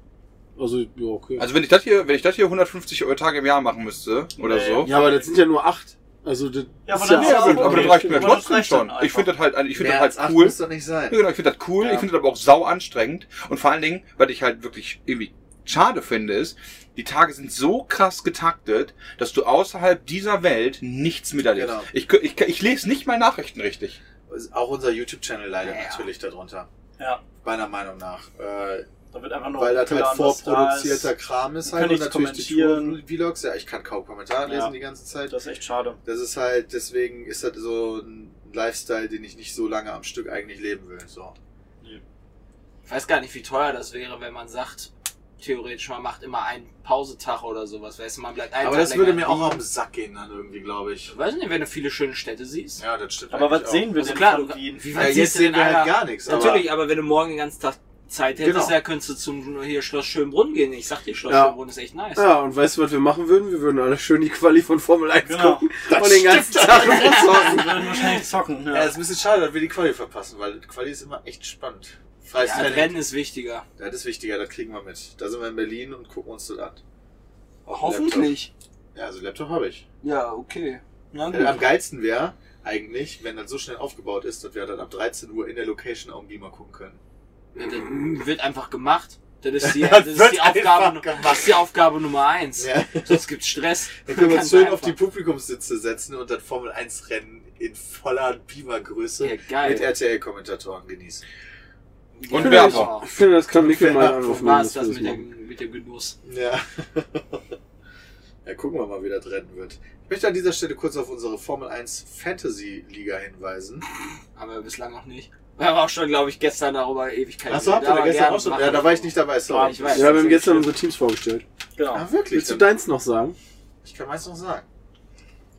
S4: Also, ja, okay.
S5: Also wenn ich das hier, wenn ich das hier 150 Euro Tage im Jahr machen müsste oder
S3: Nee.
S5: so.
S4: ja, aber das sind ja nur acht. Also, das
S3: Ja, aber
S4: ist
S3: dann
S4: ja
S3: ist
S4: auch
S5: aber,
S4: okay.
S5: aber das reicht mir
S3: Aber das
S5: trotzdem
S3: reicht dann
S5: schon. Ich
S3: einfach.
S5: finde das halt, ich finde
S1: Mehr
S5: das
S1: als acht
S5: halt cool.
S1: muss doch nicht
S5: Ja,
S1: sein.
S5: genau, ich finde das cool,
S3: Ja.
S5: ich finde das aber auch sau anstrengend. Und vor allen Dingen, was ich halt wirklich irgendwie schade finde, ist, die Tage sind so krass getaktet, dass du außerhalb dieser Welt nichts miterlebst.
S1: Genau.
S5: Ich, kö- ich, ich lese nicht mal Nachrichten richtig.
S1: Ist Auch unser YouTube-Channel leider
S2: Ja.
S1: natürlich darunter.
S3: Ja.
S1: Meiner Meinung nach. Äh,
S3: Da wird einfach nur
S1: weil das halt
S3: hochgeladen, was da ist.
S1: vorproduzierter Kram ist
S3: Kann
S1: halt. Und
S3: nichts
S1: natürlich die
S3: kommentieren.
S1: Tour-Vlogs. Ja, ich kann kaum Kommentare
S3: Ja.
S1: lesen die ganze Zeit.
S3: Das ist echt schade.
S1: Das ist halt, deswegen ist das so ein Lifestyle, den ich nicht so lange am Stück eigentlich leben will. So.
S2: Ich weiß gar nicht, wie teuer das wäre, wenn man sagt, theoretisch, man macht immer einen Pausetag oder sowas. Weißt du, man bleibt einen
S1: Aber
S2: Tag
S1: das würde
S2: länger
S1: mir
S2: liegen.
S1: auch auf den Sack gehen dann irgendwie, glaube ich.
S2: Ich weiß nicht, wenn du viele schöne Städte siehst.
S1: Ja, das stimmt.
S3: Aber
S1: eigentlich
S3: was sehen wir
S2: Also
S3: denn
S2: klar,
S3: von
S2: du-
S3: Wien?
S2: wie
S1: auch.
S2: was
S1: Ja, jetzt
S2: siehst du
S1: sehen
S2: denn
S1: wir
S2: einer?
S1: halt gar nichts.
S2: Natürlich, aber wenn du morgen den ganzen Tag Zeit hättest,
S1: Genau.
S2: ja, könntest du zum hier Schloss Schönbrunn gehen. Ich sag dir, Schloss
S4: Ja.
S2: Schönbrunn ist echt nice.
S4: Ja, und weißt du, was wir machen würden? Wir würden alle schön die Quali von Formel 1
S3: Genau.
S4: gucken und den ganzen Tag rumzocken.
S3: Wir werden wahrscheinlich zocken. ne?
S1: Aber,
S3: Ja.
S1: ja, es ist ein bisschen schade, dass wir die Quali verpassen, weil die Quali ist immer echt spannend. Freies
S2: Ja, Rennen
S1: Training.
S2: ist wichtiger.
S1: Ja, das ist wichtiger, das kriegen wir mit. Da sind wir in Berlin und gucken uns das an. Auf dem
S2: Hoffentlich.
S1: Laptop. Ja, also Laptop habe ich.
S2: Ja, okay. Na
S1: Äh, Am
S2: gut.
S1: geilsten wäre eigentlich, wenn das so schnell aufgebaut ist, dass wir dann ab 13 Uhr in der Location auf den Beamer gucken können.
S2: Ja, das wird einfach gemacht. Das ist die, das ist die,
S1: wird einfach
S2: Aufgabe,
S1: gemacht.
S2: das ist die Aufgabe Nummer eins.
S1: Ja.
S2: Sonst gibt's Stress.
S1: Dann können wir uns
S2: Ganz
S1: schön
S2: einfach.
S1: auf die Publikumssitze setzen und das Formel 1 Rennen in voller Beamer-Größe
S2: Ja, geil.
S1: mit RTL-Kommentatoren genießen.
S5: Und
S2: Ja,
S5: Werbung.
S2: genau.
S4: Ich finde, das kann Mikkel mal
S1: Ja,
S4: anrufen.
S2: War
S4: wenn
S2: es
S4: wir
S2: das mit
S4: machen.
S2: dem, mit dem Genuss?
S1: Ja. ja, gucken wir mal, wie das Rennen wird. Ich möchte an dieser Stelle kurz auf unsere Formel 1 Fantasy Liga hinweisen.
S2: Haben wir bislang noch nicht. Wir haben auch schon, glaube ich, gestern darüber Ewigkeiten
S1: Achso, habt ihr da
S2: geredet, aber gerne
S1: gestern auch schon?
S2: machen
S1: Ja, da
S2: wir
S1: war
S2: so.
S1: ich nicht dabei, sorry.
S2: ich weiß.
S4: Ja, wir haben gestern unsere Teams vorgestellt.
S2: Genau.
S1: Ah, wirklich?
S4: Willst du
S1: Dann-
S4: deins noch sagen?
S1: ich kann meins noch sagen.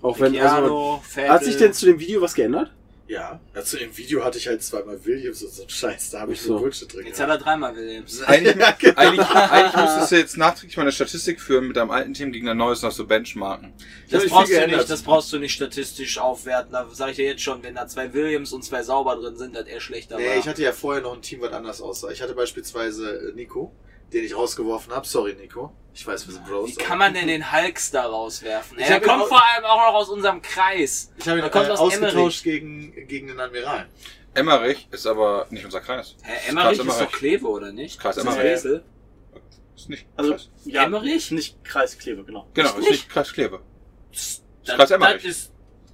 S4: Auch wenn, also,
S2: Ricciardo, Vettel.
S4: hat sich denn zu dem Video was geändert?
S1: Ja. Also im Video hatte ich halt zweimal Williams und so einen Scheiß, da habe ich
S4: Ach so.
S1: so Bullshit drin.
S2: Jetzt hat
S1: gehabt.
S2: er dreimal Williams.
S5: Eigentlich,
S1: Ja, genau.
S5: eigentlich, eigentlich müsstest du jetzt nachträglich mal eine Statistik führen mit deinem alten Team gegen dein neues noch so benchmarken.
S1: hab
S2: Das
S1: mich
S2: brauchst,
S1: viel
S2: du
S1: geändert.
S2: nicht, das brauchst du nicht statistisch aufwerten. Da sage ich dir jetzt schon, wenn da zwei Williams und zwei Sauber drin sind, hat er schlechter war.
S1: Nee, ich hatte ja vorher noch ein Team, was anders aussah. Ich hatte beispielsweise äh, Nico, den ich rausgeworfen habe. Sorry, Nico. Ich weiß, wir sind Bros.
S2: Wie kann man denn den Hulks da rauswerfen?
S1: Ich
S2: Ey, Er
S1: hab ihn
S2: kommt
S1: au-
S2: vor allem auch noch aus unserem Kreis.
S1: Ich habe ihn
S2: Er kommt
S1: äh,
S2: aus
S1: ausgetauscht gegen, gegen den Admiral.
S5: Emmerich ist aber nicht unser Kreis.
S2: Herr Emmerich
S5: Kreis
S2: ist doch Kleve, oder nicht?
S5: Kreis
S2: Ist
S5: Emmerich.
S2: das Wesel?
S5: Ist nicht
S3: Also,
S5: Kreis.
S3: ja,
S2: Emmerich?
S3: Nicht Kreis Kleve, genau.
S5: Genau,
S2: ist
S5: ist
S2: nicht.
S5: nicht, Kreis Kleve.
S2: Das,
S5: Kreis
S2: Das
S5: Emmerich.
S2: ist,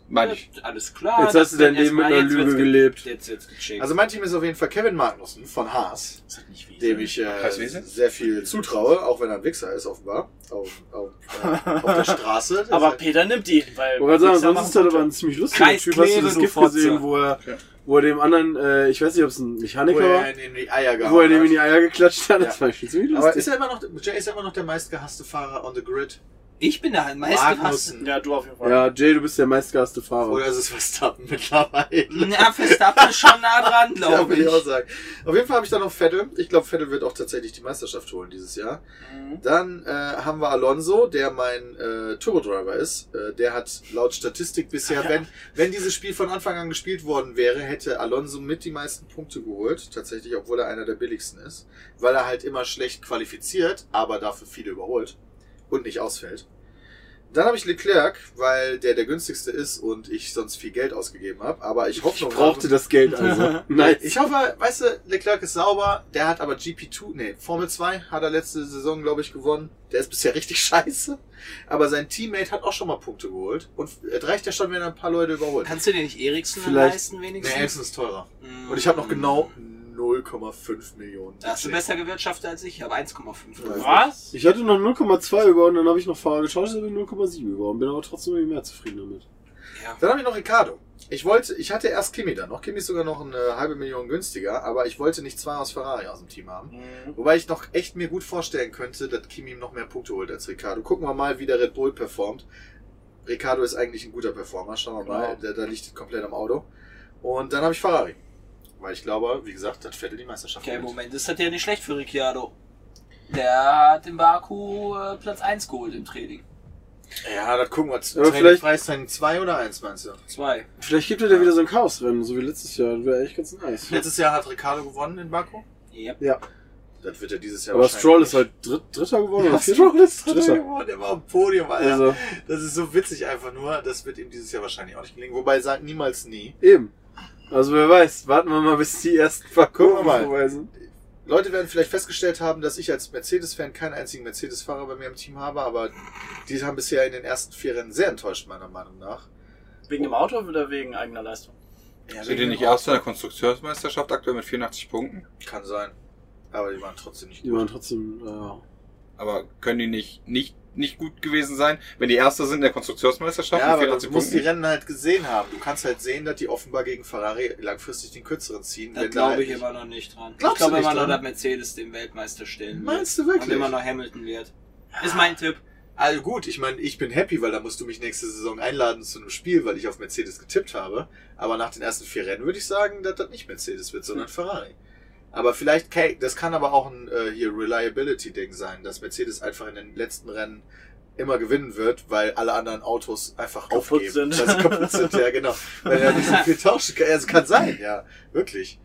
S5: Meine ich.
S2: das- Alles klar.
S4: Jetzt hast du dein Leben mit einer Lüge gelebt.
S2: Jetzt wird's gecheckt.
S1: Also mein Team ist auf jeden Fall Kevin Magnussen von Haas.
S3: Ist das nicht
S1: dem ich äh,
S5: Heißt Wesel?
S1: sehr viel zutraue, auch wenn er ein Wichser ist, offenbar. Auf, auf, äh, auf der Straße. Das
S3: Aber
S1: heißt,
S3: Peter nimmt ihn, weil.
S4: Ich wollte gerade
S3: Pixar
S4: sagen, sonst
S3: machen
S4: ist das aber ein
S3: Punkte.
S4: ziemlich lustiger Typ. Hast du
S2: Kreisklebe,
S4: das
S2: du
S4: Gift
S2: Fotze.
S4: gesehen, wo er,
S5: Okay.
S4: wo er dem anderen, äh, ich weiß nicht, ob es ein
S1: wo
S4: Mechaniker
S1: er
S4: war,
S1: ihn in die Eier gehauen
S4: wo er dem in die
S1: hat.
S4: Eier geklatscht hat. Das
S1: Ja.
S4: war schon ziemlich
S1: Aber ist
S4: lustig.
S1: er immer noch, Jay ist immer noch der meistgehasste Fahrer on the grid.
S2: ich bin der meistgehasste.
S1: Magnussen.
S3: Ja, du auf jeden Fall.
S4: Ja, Jay, du bist der meistgehasste Fahrer.
S1: Oder ist es Verstappen mittlerweile?
S2: Na, Verstappen ist schon nah dran,
S1: Ja,
S2: glaube
S1: will ich auch
S2: Hm, ich.
S1: sagen. Auf jeden Fall habe ich dann noch Vettel. Ich glaube, Vettel wird auch tatsächlich die Meisterschaft holen dieses Jahr.
S3: Mhm.
S1: Dann äh, haben wir Alonso, der mein äh, Turbo-Driver ist. Äh, der hat laut Statistik bisher, wenn, wenn dieses Spiel von Anfang an gespielt worden wäre, hätte Alonso mit die meisten Punkte geholt. Tatsächlich, obwohl er einer der billigsten ist. Weil er halt immer schlecht qualifiziert, aber dafür viele überholt und nicht ausfällt. Dann habe ich Leclerc, weil der der günstigste ist und ich sonst viel Geld ausgegeben habe. Aber ich hoffe
S4: Ich brauchte das Geld also.
S1: Nein,
S4: Nein.
S1: ich hoffe, weißt du, Leclerc ist sauber, der hat aber GP2, nee, Formel 2 hat er letzte Saison, glaube ich, gewonnen. Der ist bisher richtig scheiße, aber sein Teammate hat auch schon mal Punkte geholt und es reicht ja schon, wenn er ein paar Leute überholt.
S2: Kannst du dir nicht Eriksen
S4: Vielleicht-
S2: leisten
S1: Nee,
S2: wenigstens?
S1: Hamilton ist teurer.
S2: Mm.
S1: Und ich habe noch genau 0,5 Millionen.
S2: Da hast du
S1: Budget.
S2: besser gewirtschaftet als ich, aber 1,5.
S3: Was?
S4: Ich hatte noch 0,2 über und dann habe ich noch Fahrer getauscht, habe ich 0,7 über und bin aber trotzdem irgendwie mehr zufrieden damit.
S2: Ja.
S1: Dann habe ich noch Ricardo. Ich wollte, ich hatte erst Kimi dann noch. Kimi ist sogar noch eine halbe Million günstiger, aber ich wollte nicht zwei aus Ferrari aus dem Team haben. Wobei ich noch echt mir gut vorstellen könnte, dass Kimi ihm noch mehr Punkte holt als Ricardo. Gucken wir mal, wie der Red Bull performt. Ricardo ist eigentlich ein guter Performer, schauen wir mal. Da, da liegt es komplett am Auto. Und dann habe ich Ferrari. Weil ich glaube, wie gesagt, das Vettel die Meisterschaft
S2: Okay, im
S1: gewinnt.
S2: Moment ist das ja nicht schlecht für Ricciardo. Der hat in Baku äh, Platz 1 geholt im Training.
S1: Ja, das gucken wir. zu.
S4: Aber
S1: Training
S4: vielleicht-
S1: Preis dann 2 oder 1, meinst du?
S2: Zwei.
S4: Vielleicht gibt er da wieder so ein Chaosrennen, so wie letztes Jahr. Das wäre echt ganz nice.
S1: Letztes Jahr hat Ricardo gewonnen in Baku.
S2: Yep.
S4: Ja.
S1: Das wird er dieses Jahr
S4: Aber
S1: wahrscheinlich
S4: Stroll ist
S1: nicht.
S4: halt Dritt, Dritter geworden oder
S1: Ja,
S4: Vierter?
S1: Stroll ist Dritter
S4: Dritter.
S1: geworden, er war am Podium, Alter.
S4: Also,
S1: Das ist so witzig einfach nur, das wird ihm dieses Jahr wahrscheinlich auch nicht gelingen. Wobei, sagt niemals nie.
S4: eben. Also wer weiß, warten wir mal, bis die ersten paar
S1: Gucken wir
S4: Kurven
S1: mal.
S4: vorbei sind.
S1: Leute werden vielleicht festgestellt haben, dass ich als Mercedes-Fan keinen einzigen Mercedes-Fahrer bei mir im Team habe, aber die haben bisher in den ersten vier Rennen sehr enttäuscht, meiner Meinung nach.
S3: Wegen dem Auto oder wegen eigener Leistung?
S5: Sind
S1: genau.
S5: die nicht erst in der Konstrukteursmeisterschaft aktuell mit 84 Punkten?
S1: Kann sein. Aber die waren trotzdem nicht
S4: Die
S1: gut.
S4: waren trotzdem, äh, ja.
S5: Aber können die nicht, nicht, nicht gut gewesen sein, wenn die Erste sind in der Konstrukteursmeisterschaft
S1: Ja,
S5: mit
S1: aber
S5: 84
S1: du musst die
S5: Punkten?
S1: Rennen halt gesehen haben. Du kannst halt sehen, dass die offenbar gegen Ferrari langfristig den kürzeren ziehen.
S2: Da
S1: wenn da
S2: glaube
S1: halt
S2: ich
S1: nicht-
S2: immer noch nicht dran.
S1: Glaubst
S2: ich
S1: du
S2: glaube
S1: nicht
S2: immer noch,
S1: dran?
S2: dass Mercedes den Weltmeister stellen wird.
S1: Meinst du
S2: Und
S1: wirklich?
S2: immer noch Hamilton wird. Ist mein Tipp.
S1: Also gut, ich meine, ich bin happy, weil da musst du mich nächste Saison einladen zu einem Spiel, weil ich auf Mercedes getippt habe. Aber nach den ersten vier Rennen würde ich sagen, dass das nicht Mercedes wird,
S3: Hm.
S1: sondern Ferrari. Aber vielleicht, ke- das kann aber auch ein äh, hier Reliability-Ding sein, dass Mercedes einfach in den letzten Rennen immer gewinnen wird, weil alle anderen Autos einfach
S3: Kaputt
S1: aufgeben,
S3: sind.
S1: weil sie kaputt sind. Ja, genau. Weil er nicht so viel tauschen kann. Ja, es kann sein, ja, wirklich.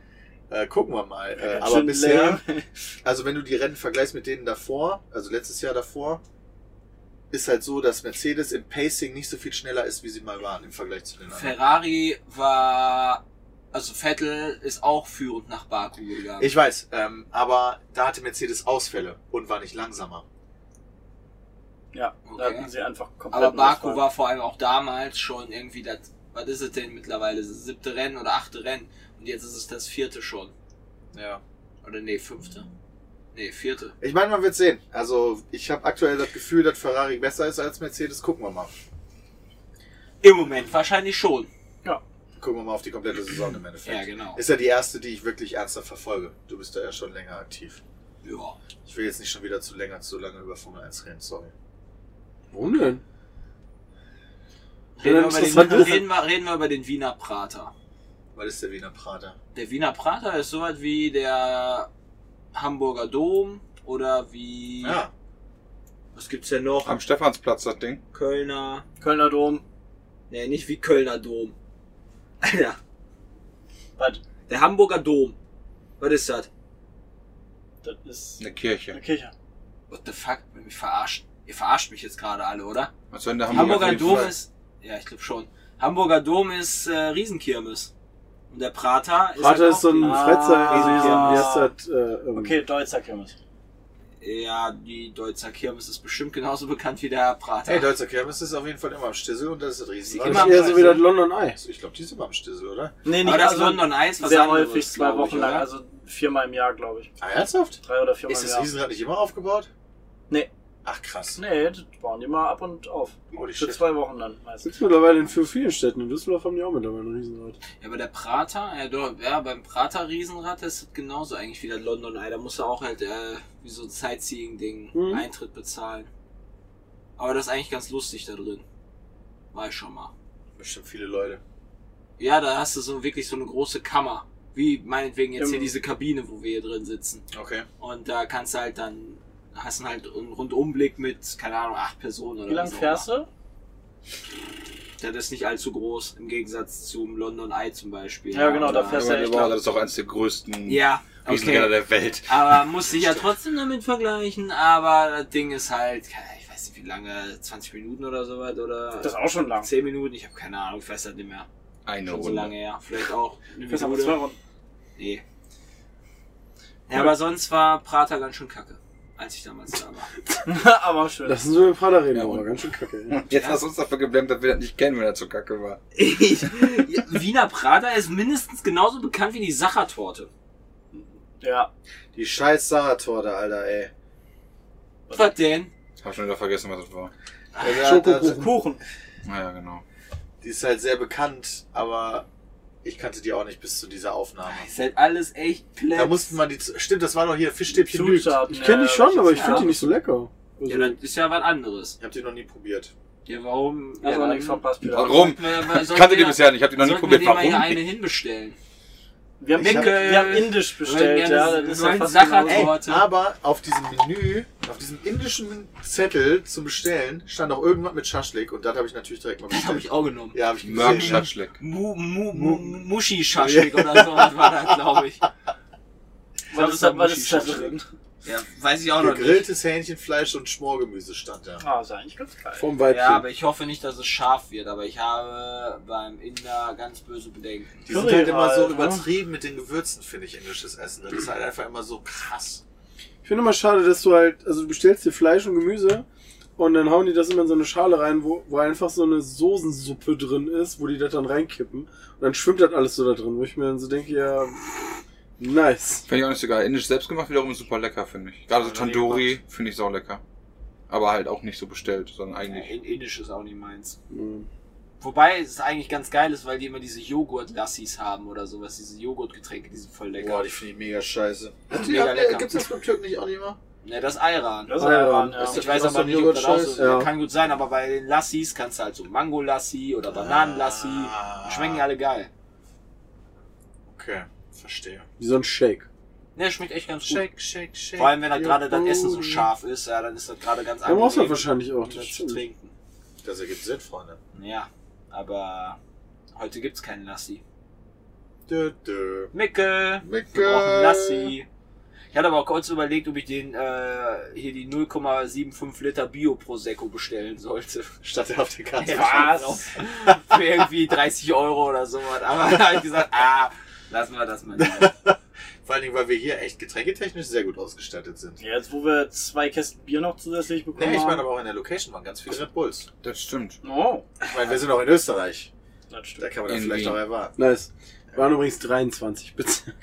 S1: Äh, gucken wir mal. Äh,
S3: Ganz
S1: aber
S3: schön
S1: bisher,
S3: lame.
S1: also wenn du die Rennen vergleichst mit denen davor, also letztes Jahr davor, ist halt so, dass Mercedes im Pacing nicht so viel schneller ist, wie sie mal waren im Vergleich zu den anderen.
S2: Ferrari war, also Vettel ist auch führend nach Baku gegangen.
S1: Ich weiß, ähm, aber da hatte Mercedes Ausfälle und war nicht langsamer.
S3: Ja,
S2: Okay.
S3: da hatten sie einfach komplett.
S2: Aber Baku
S3: Ausfall.
S2: war vor allem auch damals schon irgendwie das, was ist es denn mittlerweile, das siebte Rennen oder achte Rennen. Und jetzt ist es das vierte schon.
S1: Ja.
S2: Oder nee, fünfte. Nee, vierte.
S1: Ich meine, man wird sehen. Also ich habe aktuell das Gefühl, dass Ferrari besser ist als Mercedes. Gucken wir mal.
S2: Im Moment wahrscheinlich schon.
S1: Gucken wir mal auf die komplette Saison im Endeffekt.
S2: Ja, genau.
S1: Ist ja die erste, die ich wirklich ernsthaft verfolge. Du bist da ja schon länger aktiv.
S2: Ja.
S1: Ich will jetzt nicht schon wieder zu länger, zu lange über Formel 1 reden, sorry.
S4: Warum denn?
S2: Reden wir, über
S4: interessant
S2: den,
S4: ist-
S2: reden, wir, reden wir über den Wiener Prater.
S1: Weil ist der Wiener Prater.
S2: Der Wiener Prater ist sowas wie der Hamburger Dom oder wie.
S1: Ja.
S2: Was gibt's denn noch?
S5: Am Stephansplatz, das Ding.
S2: Kölner.
S3: Kölner Dom.
S2: Nee, nicht wie Kölner Dom. Alter.
S3: Was?
S2: Der Hamburger Dom. Was ist das?
S3: Das ist
S5: Eine Kirche.
S3: eine Kirche.
S2: What the fuck? Ihr mich verarscht. Ihr verarscht mich jetzt gerade alle, oder?
S5: Was soll denn der
S2: Hamburger,
S5: auf jeden
S2: Dom
S5: Fall?
S2: ist. Ja, ich glaube schon. Hamburger Dom ist äh, Riesenkirmes. Und der Prater ist.
S4: Vater
S2: halt
S4: ist so ein
S2: auch
S3: Ah,
S4: Freizeit, also hier so ein, wie
S3: ja.
S4: heißt das, äh, ähm,
S3: Okay, Deutzer Kirmes.
S2: die, ja, die Deutzer Kirmes ist bestimmt genauso bekannt wie der Prater.
S1: Hey, Deutzer Kirmes ist auf jeden Fall immer am Stissel und das ist das
S2: Sie
S1: Riesenrad.
S2: immer-
S4: eher so wie das London Eye.
S1: Also ich glaube, die sind immer am Stissel, oder?
S3: Nee,
S2: Aber das London Eye ist was
S3: also Sehr
S2: anderes,
S3: häufig, zwei
S2: glaub ich,
S3: Wochen lang,
S2: oder?
S3: also viermal im Jahr, glaube ich.
S1: Ah, ernsthaft?
S3: Drei oder viermal
S1: Ist
S3: im
S1: das
S3: Jahr.
S1: Riesenrad nicht immer aufgebaut?
S3: Nee.
S1: Ach krass.
S3: Nee, das bauen die mal ab und auf.
S1: Holy
S3: Für
S1: shit.
S3: zwei Wochen dann meistens.
S4: Gibt's mittlerweile in für vielen Städten. In Düsseldorf haben die auch mittlerweile einen Riesenrad.
S2: Ja, aber der Prater, ja, doch, ja beim Prater Riesenrad das ist das genauso eigentlich wie das London Eye. Da musst du auch halt äh, wie so ein Sightseeing-Ding
S4: Mhm.
S2: Eintritt bezahlen. Aber das ist eigentlich ganz lustig da drin. War ich schon mal.
S1: Bestimmt viele Leute.
S2: Ja, da hast du so wirklich so eine große Kammer. Wie meinetwegen jetzt hier
S3: Im-
S2: diese Kabine, wo wir hier drin sitzen.
S1: Okay.
S2: Und da kannst du halt dann, hast du halt einen Rundumblick mit, keine Ahnung, acht Personen oder
S3: Wie lange
S2: so. ne?
S3: fährst du?
S2: Das ist nicht allzu groß, im Gegensatz zum London Eye zum Beispiel.
S3: Ja, genau, da
S2: Oder-
S3: fährst du-
S5: Aber
S3: echt
S5: wow,
S3: lang.
S5: das ist doch eines der größten
S2: Ja,
S5: Riesenräder
S2: okay.
S5: der Welt.
S2: Aber muss sich ja trotzdem damit vergleichen, aber das Ding ist halt, keine Ahnung, ich weiß weiß nicht wie lange, 20 Minuten oder so weit oder
S3: Das ist auch schon lang.
S2: 10 Minuten, ich habe keine Ahnung, ich weiß das nicht mehr.
S5: Eine
S2: Schon so
S5: Runde.
S2: lange her, vielleicht auch eine
S3: Das haben wir zwei
S2: Minute.
S3: Runden.
S2: Nee. Ja, aber sonst war Prater ganz schön kacke, als ich damals da war.
S3: Aber schön.
S4: Das sind so ein paar da reden,
S5: Ja,
S4: aber
S5: und-
S4: ganz schön kacke. ey.
S5: Jetzt hast du uns dafür geblendet, dass wir das nicht kennen, wenn das so kacke war.
S2: Ja, Wiener Prater ist mindestens genauso bekannt wie die Sachertorte.
S3: ja.
S1: Die scheiß Sarah-Torte, Alter, ey.
S2: Was denn?
S5: Hab schon wieder vergessen, was das war.
S1: Also,
S3: Schokokuchen.
S1: das-
S3: Kuchen.
S5: Naja, genau.
S1: Die ist halt sehr bekannt, aber ich kannte die auch nicht bis zu dieser Aufnahme.
S2: Ist halt alles echt plätt.
S1: Da mussten man die. Stimmt, das war doch hier Fischstäbchen lügt. Ich
S3: Zutaten.
S4: Ich kenne die schon, aber ich
S2: ja.
S4: finde die nicht so lecker. Also,
S2: Ja, dann ist ja was anderes.
S1: hab die noch nie probiert.
S2: Ja, warum?
S3: Hast
S2: ja,
S3: auch nichts verpasst, Peter.
S5: Warum? Ich kannte die bisher nicht, ich hab die noch nie probiert.
S2: Wir mal
S5: Warum?
S2: hier eine hinbestellen.
S3: Wir haben,
S1: Ich hab-
S3: wir haben indisch bestellt,
S2: Wir
S3: ja.
S2: wollen
S3: Das
S2: gerne
S3: ist ja fast
S2: Sacher-
S3: genauso.
S1: Ey,
S2: Torte.
S1: aber auf diesem Menü, auf diesem indischen Zettel zum Bestellen, stand auch irgendwas mit Schaschlik und das habe ich natürlich direkt mal
S2: Das
S1: bestellt.
S2: habe ich auch genommen.
S1: ja, habe ich
S5: Mörk
S1: gesehen.
S5: Schaschlik.
S2: Mu, mu, mu, Muschi-Schaschlik oder sowas war das, glaube ich.
S3: Was ist da- was ist da drin?
S2: Ja, weiß ich auch noch nicht.
S1: Gegrilltes Hähnchenfleisch und Schmorgemüse stand da.
S3: Ah, ist eigentlich ganz geil.
S4: Vom Weibchen.
S2: Ja, aber ich hoffe nicht, dass es scharf wird, aber ich habe beim Inder ganz böse Bedenken.
S1: Die sind
S3: Curry
S1: halt immer so
S3: halt, ne?
S1: übertrieben mit den Gewürzen, finde ich, indisches Essen. Das ist halt einfach immer so krass.
S4: Ich finde immer schade, dass du halt, also du bestellst dir Fleisch und Gemüse und dann hauen die das immer in so eine Schale rein, wo, wo einfach so eine Soßensuppe drin ist, wo die das dann reinkippen. Und dann schwimmt das alles so da drin, wo ich mir dann so denke, ja, nice.
S5: Finde ich auch nicht so geil. Indisch selbst gemacht wiederum ist super lecker, finde ich. Gerade so
S1: Hab ich noch nie
S5: Tandoori finde ich sau lecker. Aber halt auch nicht so bestellt, sondern eigentlich.
S2: In- Indisch ist auch nicht meins.
S4: Mhm.
S2: Wobei es eigentlich ganz geil ist, weil die immer diese Joghurt-Lassis haben oder sowas, diese Joghurtgetränke, die sind voll lecker.
S1: Boah, die finde ich mega scheiße.
S2: Mega lecker.
S1: Gibt es das beim Türken nicht auch nicht mal?
S2: Ne, das Ayran.
S3: Das ist
S4: Ah, ja.
S3: Ayran, ja.
S1: Ist
S2: ich weiß
S1: das
S2: aber
S1: so ein
S2: nicht, ob das auch
S1: Joghurt-Scheiß?
S2: so
S4: Ja.
S2: Kann gut sein, aber bei den Lassis kannst du halt so Mango-Lassi oder Bananen-Lassi.
S1: Ah.
S2: Die Schmecken alle geil.
S1: Okay, verstehe.
S4: Wie so ein Shake.
S2: Ne, schmeckt echt ganz gut.
S1: shake, shake.
S2: Vor allem, wenn da
S1: your
S2: gerade das Essen so
S1: booty.
S2: scharf ist, ja, dann ist das gerade ganz
S4: Da brauchst du
S2: angenehm,
S4: wahrscheinlich auch.
S2: um
S4: Das
S2: das zu
S4: stimmt.
S2: trinken.
S1: Das ergibt Sinn, Freunde.
S2: Ja, aber heute gibt's keinen Lassi.
S1: Dö, dö.
S2: Micke! Wir brauchen Lassi. Ich hatte aber auch kurz überlegt, ob ich den äh, hier die 0,75 Liter Bio Prosecco bestellen sollte.
S1: Statt der auf der Karte.
S2: Was? Für irgendwie 30 Euro oder sowas. Aber da habe ich gesagt, ah, lassen wir das mal. lieber.
S1: Vor allen Dingen, weil wir hier echt getränketechnisch sehr gut ausgestattet sind.
S3: Ja, Jetzt, wo wir zwei Kästen Bier noch zusätzlich bekommen
S1: Nee, ich meine
S3: haben.
S1: aber auch in der Location waren ganz viele
S2: Also
S1: Red Bulls.
S5: Das stimmt.
S3: Oh,
S1: Ich meine, wir sind auch in Österreich.
S3: das
S1: Da
S3: stimmt.
S1: kann man das
S5: In
S1: vielleicht
S5: Wien.
S1: auch erwarten.
S4: Nice. Waren übrigens 23 Bezirke.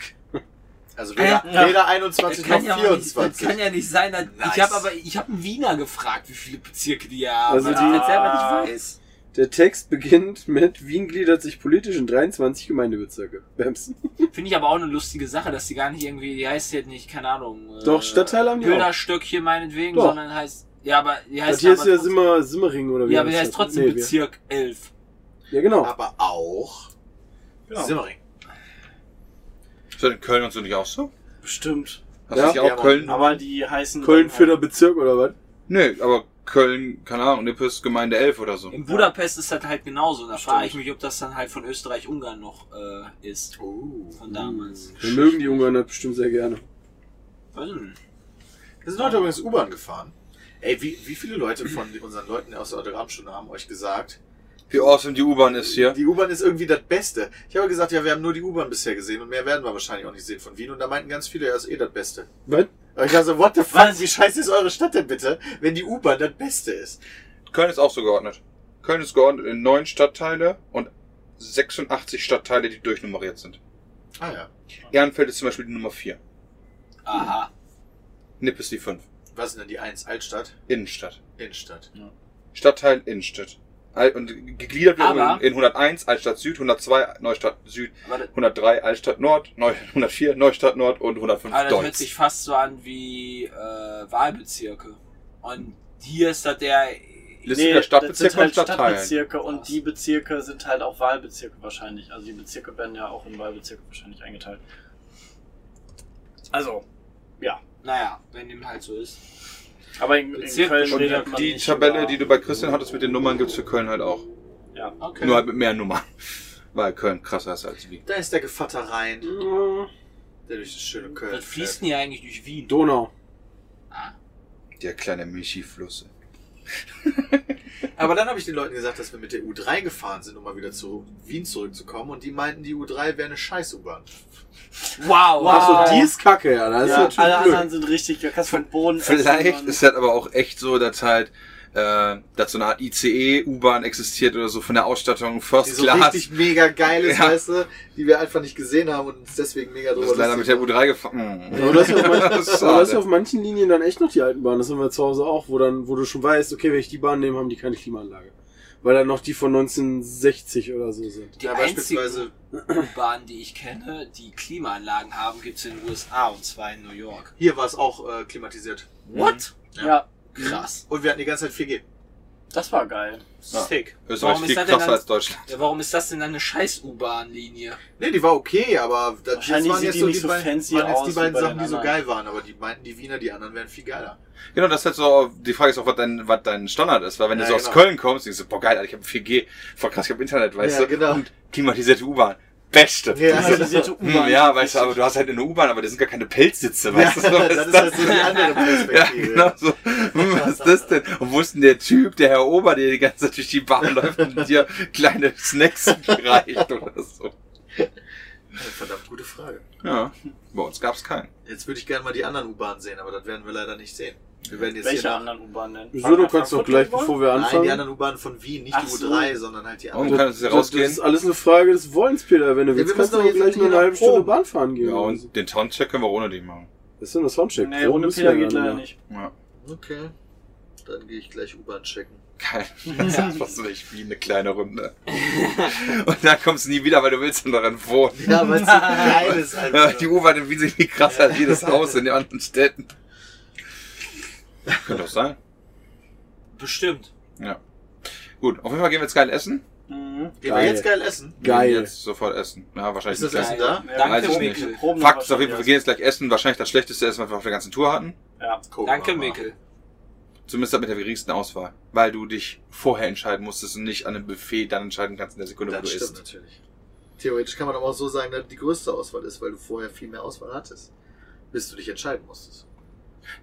S1: Also weder,
S3: Äh, ja.
S1: weder
S2: Das
S1: 21 noch
S2: kann, ja auch nicht, das
S1: 24.
S2: kann ja nicht sein. Dass,
S1: Nice.
S2: Ich habe aber ich habe einen Wiener gefragt, wie viele Bezirke die haben.
S4: Also
S2: Also
S4: die-
S2: ich das selber nicht weiß.
S4: Der Text beginnt mit Wien gliedert sich politisch in 23 Gemeindebezirke. Bams.
S2: Finde ich aber auch eine lustige Sache, dass die gar nicht irgendwie, die heißt jetzt nicht, keine Ahnung. äh,
S4: Doch, Stadtteil haben die auch.
S2: Bilderstöckchen meinetwegen,
S4: Doch.
S2: sondern heißt, ja, aber die heißt
S4: Das hier ist
S2: aber
S4: ja
S2: trotzdem-
S4: Simmer, Simmering oder wie
S2: Ja, aber die
S4: das
S2: heißt trotzdem
S4: Nee, wir-
S2: Bezirk 11.
S4: Ja, genau.
S1: Aber auch Simmering.
S5: Ist das in Köln und so nicht auch so?
S3: Bestimmt.
S5: Hast
S4: Ja.
S5: du nicht auch
S1: Ja, aber-
S5: Köln?
S3: Aber die heißen.
S4: Köln
S3: dann halt
S4: für der Bezirk oder was?
S5: Nee, aber Köln, keine Ahnung, Nippes Gemeinde 11 oder so.
S2: In Budapest ist das halt genauso. Da frage ich mich, ob das dann halt von Österreich-Ungarn noch äh, ist.
S1: Oh.
S2: Von damals.
S4: Wir mögen die Ungarn das bestimmt sehr gerne.
S2: Weiß ich nicht.
S1: Wir sind heute übrigens U-Bahn gefahren. Ey, wie, wie viele Leute von unseren Leuten aus der Autogrammstunde haben euch gesagt,
S5: Wie awesome die U-Bahn ist hier.
S1: die U-Bahn ist irgendwie das Beste? Ich habe gesagt, ja, wir haben nur die U-Bahn bisher gesehen und mehr werden wir wahrscheinlich auch nicht sehen von Wien. Und da meinten ganz viele, ja, ist eh das Beste.
S4: Was?
S1: Aber ich dachte so, what the fuck,
S3: Was?
S1: wie scheiße ist eure Stadt denn bitte, wenn die U-Bahn das Beste ist?
S5: Köln ist auch so geordnet. Köln ist geordnet in neun Stadtteile und 86 Stadtteile, die durchnummeriert sind.
S1: Ah ja.
S5: Ehrenfeld ist zum Beispiel die Nummer 4.
S2: Aha.
S5: Nipp ist die 5.
S1: Was ist denn die 1? Altstadt?
S5: Innenstadt.
S1: Innenstadt.
S5: Stadtteil Innenstadt. Al- Und gegliedert wird
S2: Aber-
S5: in, in 101 Altstadt Süd, 102 Neustadt Süd,
S2: Aber das,
S5: 103 Altstadt Nord, Neu- 104 Neustadt Nord und 105
S2: aber Ah, das hört
S5: Deutz.
S2: sich fast so an wie äh, Wahlbezirke. Und hier ist das der.
S5: Liste der
S3: das sind
S5: Stadtbezirke
S3: halt
S5: und Stadtteile.
S3: Stadtbezirke und die Bezirke sind halt auch Wahlbezirke wahrscheinlich. Also die Bezirke werden ja auch in Wahlbezirke wahrscheinlich eingeteilt. Also, ja.
S2: Naja, wenn dem halt so ist.
S3: Aber in, in
S2: Bezirk
S3: Köln
S5: Und
S3: redet man
S5: die
S3: nicht
S5: Tabelle,
S3: über-
S5: die du bei Christian hattest mit den Nummern, gibt's für Köln halt auch.
S3: Ja.
S2: Okay.
S5: Nur halt mit mehr Nummern. Weil Köln krasser ist als Wien.
S1: Da ist der Gevatter Rhein, der durch das schöne Köln
S2: Was fließt
S1: fährt.
S2: denn hier eigentlich durch Wien?
S4: Donau.
S5: Der kleine Milchifluss.
S1: Aber dann habe ich den Leuten gesagt, dass wir mit der U3 gefahren sind, um mal wieder zu Wien zurückzukommen. Und die meinten, die U3 wäre eine scheiß U-Bahn.
S2: Wow.
S4: Achso, die ist kacke, ja. Das
S3: Ja,
S4: ist
S3: alle
S4: natürlich blöd.
S3: anderen sind richtig, du kannst vom Boden essen
S5: Vielleicht
S3: und-
S5: ist das aber auch echt so, dass halt, äh, dass so eine Art ICE, U-Bahn existiert oder so von der Ausstattung
S1: Die
S5: First
S1: so
S5: Class.
S1: richtig mega geil ist,
S5: Ja.
S1: weißt du, die wir einfach nicht gesehen haben und uns deswegen mega
S5: das
S1: drüber
S5: ist leider mit
S1: lustig
S5: der U3 gefahren.
S4: Aber das ist auf manchen-
S5: Das ist
S4: Aber das ist
S5: schade.
S4: auf manchen Linien dann echt noch die alten Bahnen. Das haben wir zu Hause auch, wo dann, wo du schon weißt, okay, wenn ich die Bahn nehme, haben die keine Klimaanlage. Weil dann noch die von 1960 oder so sind.
S2: Die
S1: Ja,
S2: einzige
S1: beispielsweise-
S2: U-Bahn, die ich kenne, die Klimaanlagen haben, gibt's in den USA und zwar in New York.
S1: Hier war es auch äh, klimatisiert.
S3: Mhm.
S2: What?
S3: Ja,
S2: Krass.
S1: Und wir hatten die ganze Zeit 4G.
S3: das war geil.
S1: Sick.
S5: Österreich
S2: Warum
S5: ist
S2: ist
S5: viel
S2: das denn
S5: krasser
S2: dann-
S5: als Deutschland.
S2: Ja, warum ist das denn eine scheiß U-Bahn-Linie?
S1: Nee, die war okay, aber das das
S3: Wahrscheinlich
S1: waren
S3: sieht
S1: jetzt
S3: die
S1: so
S3: nicht
S1: die,
S3: so
S1: beiden,
S3: fancy
S1: waren
S3: aus
S1: jetzt die
S3: wie
S1: beiden
S3: bei den
S1: Sachen, die so
S3: anderen.
S1: geil waren. Aber die meinten, die Wiener, die anderen wären viel geiler.
S5: Genau, das ist halt so, die Frage ist auch, was dein, was dein Standard ist, weil wenn
S1: Ja,
S5: du so aus
S1: genau.
S5: Köln kommst, denkst du, boah geil, Alter, ich habe 4G, voll krass, ich habe Internet, weißt
S1: Ja,
S5: du,
S1: genau.
S5: und klimatisierte U-Bahn, beste.
S1: Ja.
S2: Also,
S3: Klimatisierte
S5: Hm,
S3: U-Bahn.
S5: ja, weißt du, aber du hast halt eine U-Bahn, aber da sind gar keine Pelzsitze, weißt du, was
S1: das ist halt so die andere
S5: Ja,
S1: Perspektive.
S5: genau so. Hm, Was ist das denn? Und wo ist denn der Typ, der Herr Ober, der die ganze Zeit durch die Bahn läuft und dir kleine Snacks reicht oder so?
S1: Verdammt gute Frage.
S5: Ja, bei uns gab's keinen.
S1: Jetzt würde ich gerne mal die anderen U-Bahnen sehen, aber das werden wir leider nicht sehen. Wir werden jetzt
S3: Welche
S1: hier
S3: anderen U-Bahn denn?
S4: Wieso, du kannst doch gleich, bevor wir
S1: Nein, die
S4: anfangen.
S1: anderen U-bahnen von Wien, nicht
S3: Ach
S1: die
S3: so.
S1: U3, sondern halt die
S5: Warum
S1: anderen.
S5: kann es hier
S4: Das
S5: rausgehen?
S4: ist alles eine Frage des Wollens, Peter. Wenn du
S1: Ja, wir
S4: willst, kannst du
S1: müssen
S4: auch
S1: doch jetzt
S4: gleich nur
S1: hier
S4: eine
S1: nach
S4: halbe Stunde
S1: Proben.
S4: Bahn fahren gehen.
S5: Ja, und den Soundcheck können wir ohne den machen.
S4: Das ist denn das Soundcheck?
S3: Nee,
S4: Proben
S3: ohne
S4: müssen
S3: Peter
S4: wir
S3: geht
S4: dann
S3: leider
S4: noch.
S3: nicht.
S5: Ja.
S1: Okay. Dann gehe ich gleich U-Bahn checken.
S5: Geil. Das ist einfach so, ich spiele eine kleine Runde. Und dann kommst du nie wieder, weil du willst dann daran wohnen.
S1: Ja, weil es so geil ist
S5: Ja,
S1: einfach.
S5: Die U-Bahn in Wien sind viel krasser als jedes Haus in den anderen Städten. Könnte doch sein.
S2: Bestimmt.
S5: Ja. Gut, auf jeden Fall gehen wir jetzt geil essen.
S3: Mhm.
S1: Gehen wir
S4: Geil.
S1: jetzt geil essen?
S5: Wir
S4: Geil.
S5: gehen Jetzt sofort essen. Ja, wahrscheinlich
S1: Ist das
S5: nicht
S1: Essen
S5: gleich.
S1: da?
S3: Ja,
S5: Weiß
S2: Danke,
S5: ich
S2: Mikkel.
S3: Die Proben
S5: Fakt
S3: noch
S5: ist auf jeden Fall, wir
S3: was
S5: gehen jetzt gleich essen. Wahrscheinlich das schlechteste Essen, was wir auf der ganzen Tour hatten.
S3: Ja.
S1: Gucken
S2: Danke,
S1: wir mal.
S2: Mikkel.
S5: Zumindest das mit der geringsten Auswahl. Weil du dich vorher entscheiden musstest und nicht an einem Buffet dann entscheiden kannst in der Sekunde, wo
S1: Das
S5: du
S1: stimmt
S5: isst.
S1: natürlich. Theoretisch kann man aber auch so sagen, dass die größte Auswahl ist, weil du vorher viel mehr Auswahl hattest, bis du dich entscheiden musstest.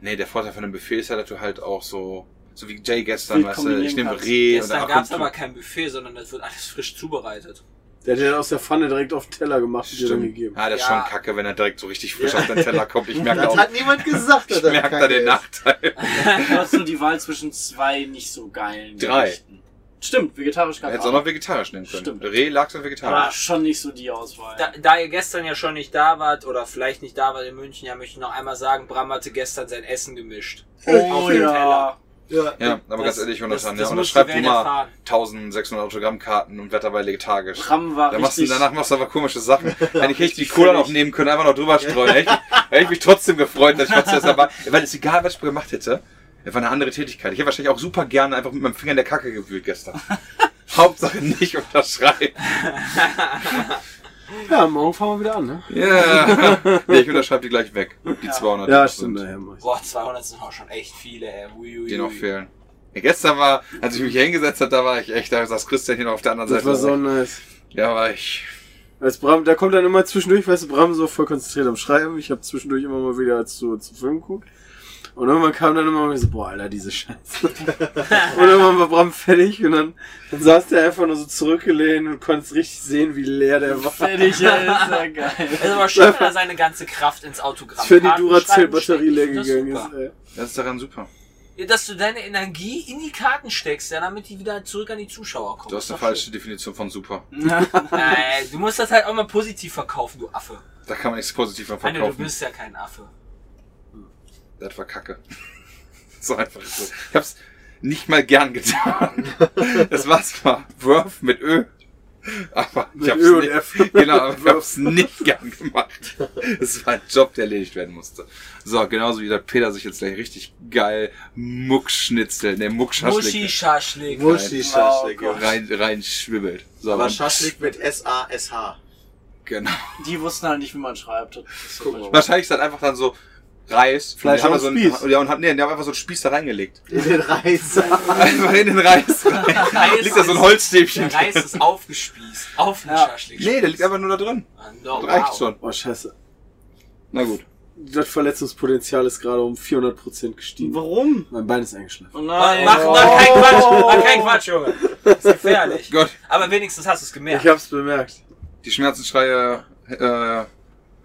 S5: Nee, der Vorteil von einem Buffet ist ja, dass du halt auch so, so wie Jay gestern,
S3: Viel
S5: weißt du,
S3: kombinieren
S5: ich nehme
S3: kannst.
S5: Reh und
S2: Gestern
S5: dann
S2: gab's
S5: ab
S2: aber
S5: und
S2: kein Buffet, sondern das wird alles frisch zubereitet.
S4: Der hat ja aus der Pfanne direkt auf den Teller gemacht und dir dann
S5: Stimmt.
S4: gegeben.
S5: Ja, das ist
S2: Ja.
S5: schon kacke, wenn er direkt so richtig frisch auf den Teller kommt. Ich merke da
S1: Das
S5: auch,
S1: hat niemand gesagt,
S5: Genau. ich
S1: das
S5: merke da
S1: kacke
S5: den
S1: ist.
S5: Nachteil.
S3: Du hast nur die Wahl zwischen zwei nicht so geilen
S5: Drei.
S3: Gerichten. Stimmt, vegetarisch gab
S5: Hättest auch noch vegetarisch nehmen können.
S3: Stimmt.
S5: Reh, Lachs und
S3: aber
S5: vegetarisch.
S3: schon nicht so die Auswahl.
S2: Da, da ihr gestern ja schon nicht da wart oder vielleicht nicht da wart in München, ja, möchte ich noch einmal sagen, Bram hatte gestern sein Essen gemischt.
S3: Oh,
S2: auf den Teller.
S1: Ja.
S5: Ja, aber
S2: Das-
S5: ganz ehrlich, ne,
S2: das-
S5: Jonathan,
S2: das
S5: ja,
S2: muss die
S5: unterschreib du
S2: Welt
S5: mal
S2: erfahren.
S5: 1600 Autogrammkarten und werd dabei vegetarisch.
S3: Bram war
S5: Dann machst du,
S3: richtig.
S5: danach machst du aber komische Sachen. Wenn ich hätte die
S3: Richtig
S5: Cola noch
S3: völlig.
S5: nehmen können, einfach noch drüber streuen. Hätte ich- hätte ich mich trotzdem gefreut, dass ich was zuerst dabei Weil es egal, was ich gemacht hätte. Es war eine andere Tätigkeit. Ich hätte wahrscheinlich auch super gerne einfach mit meinem Finger in der Kacke gewühlt gestern. Hauptsache nicht unterschreiben.
S4: Ja, morgen fahren wir wieder an, ne?
S5: Ja. Nee, ich unterschreibe die gleich weg. Die 200. die
S4: Ja,
S5: noch
S4: stimmt.
S5: sind,
S4: Daher mach ich.
S2: Boah, 200 sind auch schon echt viele, ey. Uiuiui.
S5: Die noch fehlen. Ja, gestern war, als ich mich hier hingesetzt habe, da war ich echt, da saß Christian hier noch auf der anderen
S4: Das
S5: Seite.
S4: war so nice.
S5: ja, war ich.
S4: Als Bram, da kommt dann immer zwischendurch, weißt du, Bram so voll konzentriert am Schreiben. Ich habe zwischendurch immer mal wieder zu, zu Film geguckt. Und irgendwann kam dann immer wieder so, boah, Alter, diese Scheiße. und irgendwann war Bram fertig und dann, dann saß der einfach nur so zurückgelehnt und konntest richtig sehen, wie leer der war.
S3: Fertig, ey, ist ja geil.
S2: Es ist aber schön, wenn er seine ganze Kraft ins Autogramm
S4: Als wenn die
S2: Karten schreiben
S4: Duracell-Batterie
S2: steckt.
S4: leer
S2: Ich find das
S4: gegangen
S2: super.
S4: ist. Ey.
S5: Das ist daran super.
S2: Ja, dass du deine Energie in die Karten steckst, ja, damit die wieder zurück an die Zuschauer kommen.
S5: Du hast
S2: Ist
S5: eine
S2: doch
S5: falsche Definition von super.
S2: schön. Nein, du musst das halt auch mal positiv verkaufen, du Affe.
S5: Da kann man nichts positiv von
S2: Meine, du
S5: verkaufen.
S2: bist ja kein Affe.
S5: Das war kacke. so einfach ist es. Ich hab's nicht mal gern getan. Das war zwar Wurf mit Ö. Aber
S4: Mit
S5: ich hab's
S4: Ö und
S5: nicht,
S4: F.
S5: Genau, aber ich hab's nicht gern gemacht. Es war ein Job, der erledigt werden musste. So, genauso wie der Peter sich jetzt gleich richtig geil Muckschnitzel, ne,
S2: Muschi
S5: Muckschaschlik
S2: Schaschlik.
S1: Muschi-Schaschlik.
S3: Oh Gott.
S5: rein, rein schwibbelt. So,
S1: aber
S5: aber
S1: Schaschlik mit S-A-S-H.
S5: genau.
S3: Die wussten halt nicht, wie man schreibt. Das ist so
S1: Guck mal.
S5: Wahrscheinlich ist das einfach dann so Reis.
S4: Fleisch
S5: und die haben
S4: auf
S5: so einen,
S4: Spieß.
S5: Ja, und hat, nee, die haben einfach so einen Spieß da reingelegt.
S1: In den Reis.
S5: Einfach in den Reis rein.
S2: Reis
S5: liegt da so ein
S2: ist-
S5: Holzstäbchen
S2: Der Reis ist aufgespießt. Auf den
S3: Ja.
S2: Schaschlik.
S5: Nee, der liegt einfach nur da drin.
S2: Ah, no,
S5: Das reicht
S2: wow.
S5: schon.
S4: Boah, scheiße.
S5: Na gut.
S4: Oh, das Verletzungspotenzial ist gerade um 400% gestiegen.
S3: Warum?
S4: Mein Bein ist eingeschlafen.
S3: Oh
S2: Mach, mach keinen Quatsch, mach keinen Quatsch, Junge. Das ist gefährlich.
S5: Gott.
S2: Aber wenigstens hast du es gemerkt.
S4: Ich hab's bemerkt.
S5: Die Schmerzensschreie, äh,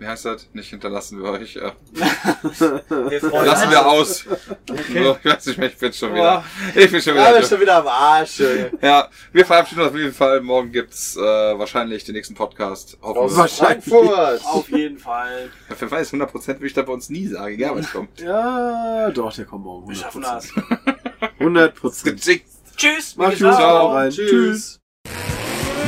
S5: wie heißt das? Nicht hinterlassen wir euch. Äh,
S2: Wir freuen
S5: lassen
S2: uns.
S5: wir aus. So, ich weiß nicht mehr, ich bin schon wieder. Ich bin schon
S1: Ja,
S5: wieder.
S1: bist du wieder am Arsch. ey.
S5: Ja, wir verabschieden uns auf jeden Fall. Morgen gibt's äh, wahrscheinlich den nächsten Podcast. Hoffen wir.
S1: Frankfurt.
S3: Auf jeden Fall.
S5: Wer weiß, 100% würde ich da bei uns nie sagen, egal was kommt.
S4: Ja, Äh, doch, der kommt morgen.
S2: Wir
S4: 100%.
S2: schaffen das.
S4: 100%.
S5: Gejinxt.
S2: Tschüss.
S4: Mach gut,
S2: Ciao.
S4: haut rein. Tschüss.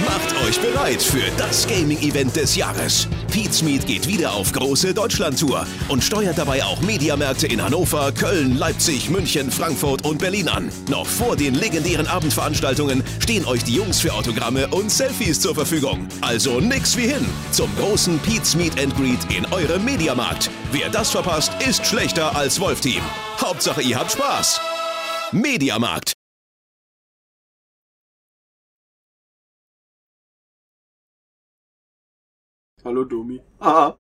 S6: Macht euch bereit für das Gaming-Event des Jahres. Pete's Meet geht wieder auf große Deutschlandtour und steuert dabei auch Mediamärkte in Hannover, Köln, Leipzig, München, Frankfurt und Berlin an. Noch vor den legendären Abendveranstaltungen stehen euch die Jungs für Autogramme und Selfies zur Verfügung. Also nix wie hin zum großen Pete's Meet and Greet in eurem Mediamarkt. Wer das verpasst, ist schlechter als Wolf-Team. Hauptsache, ihr habt Spaß. Mediamarkt.
S4: Hallo, Domi. Ah.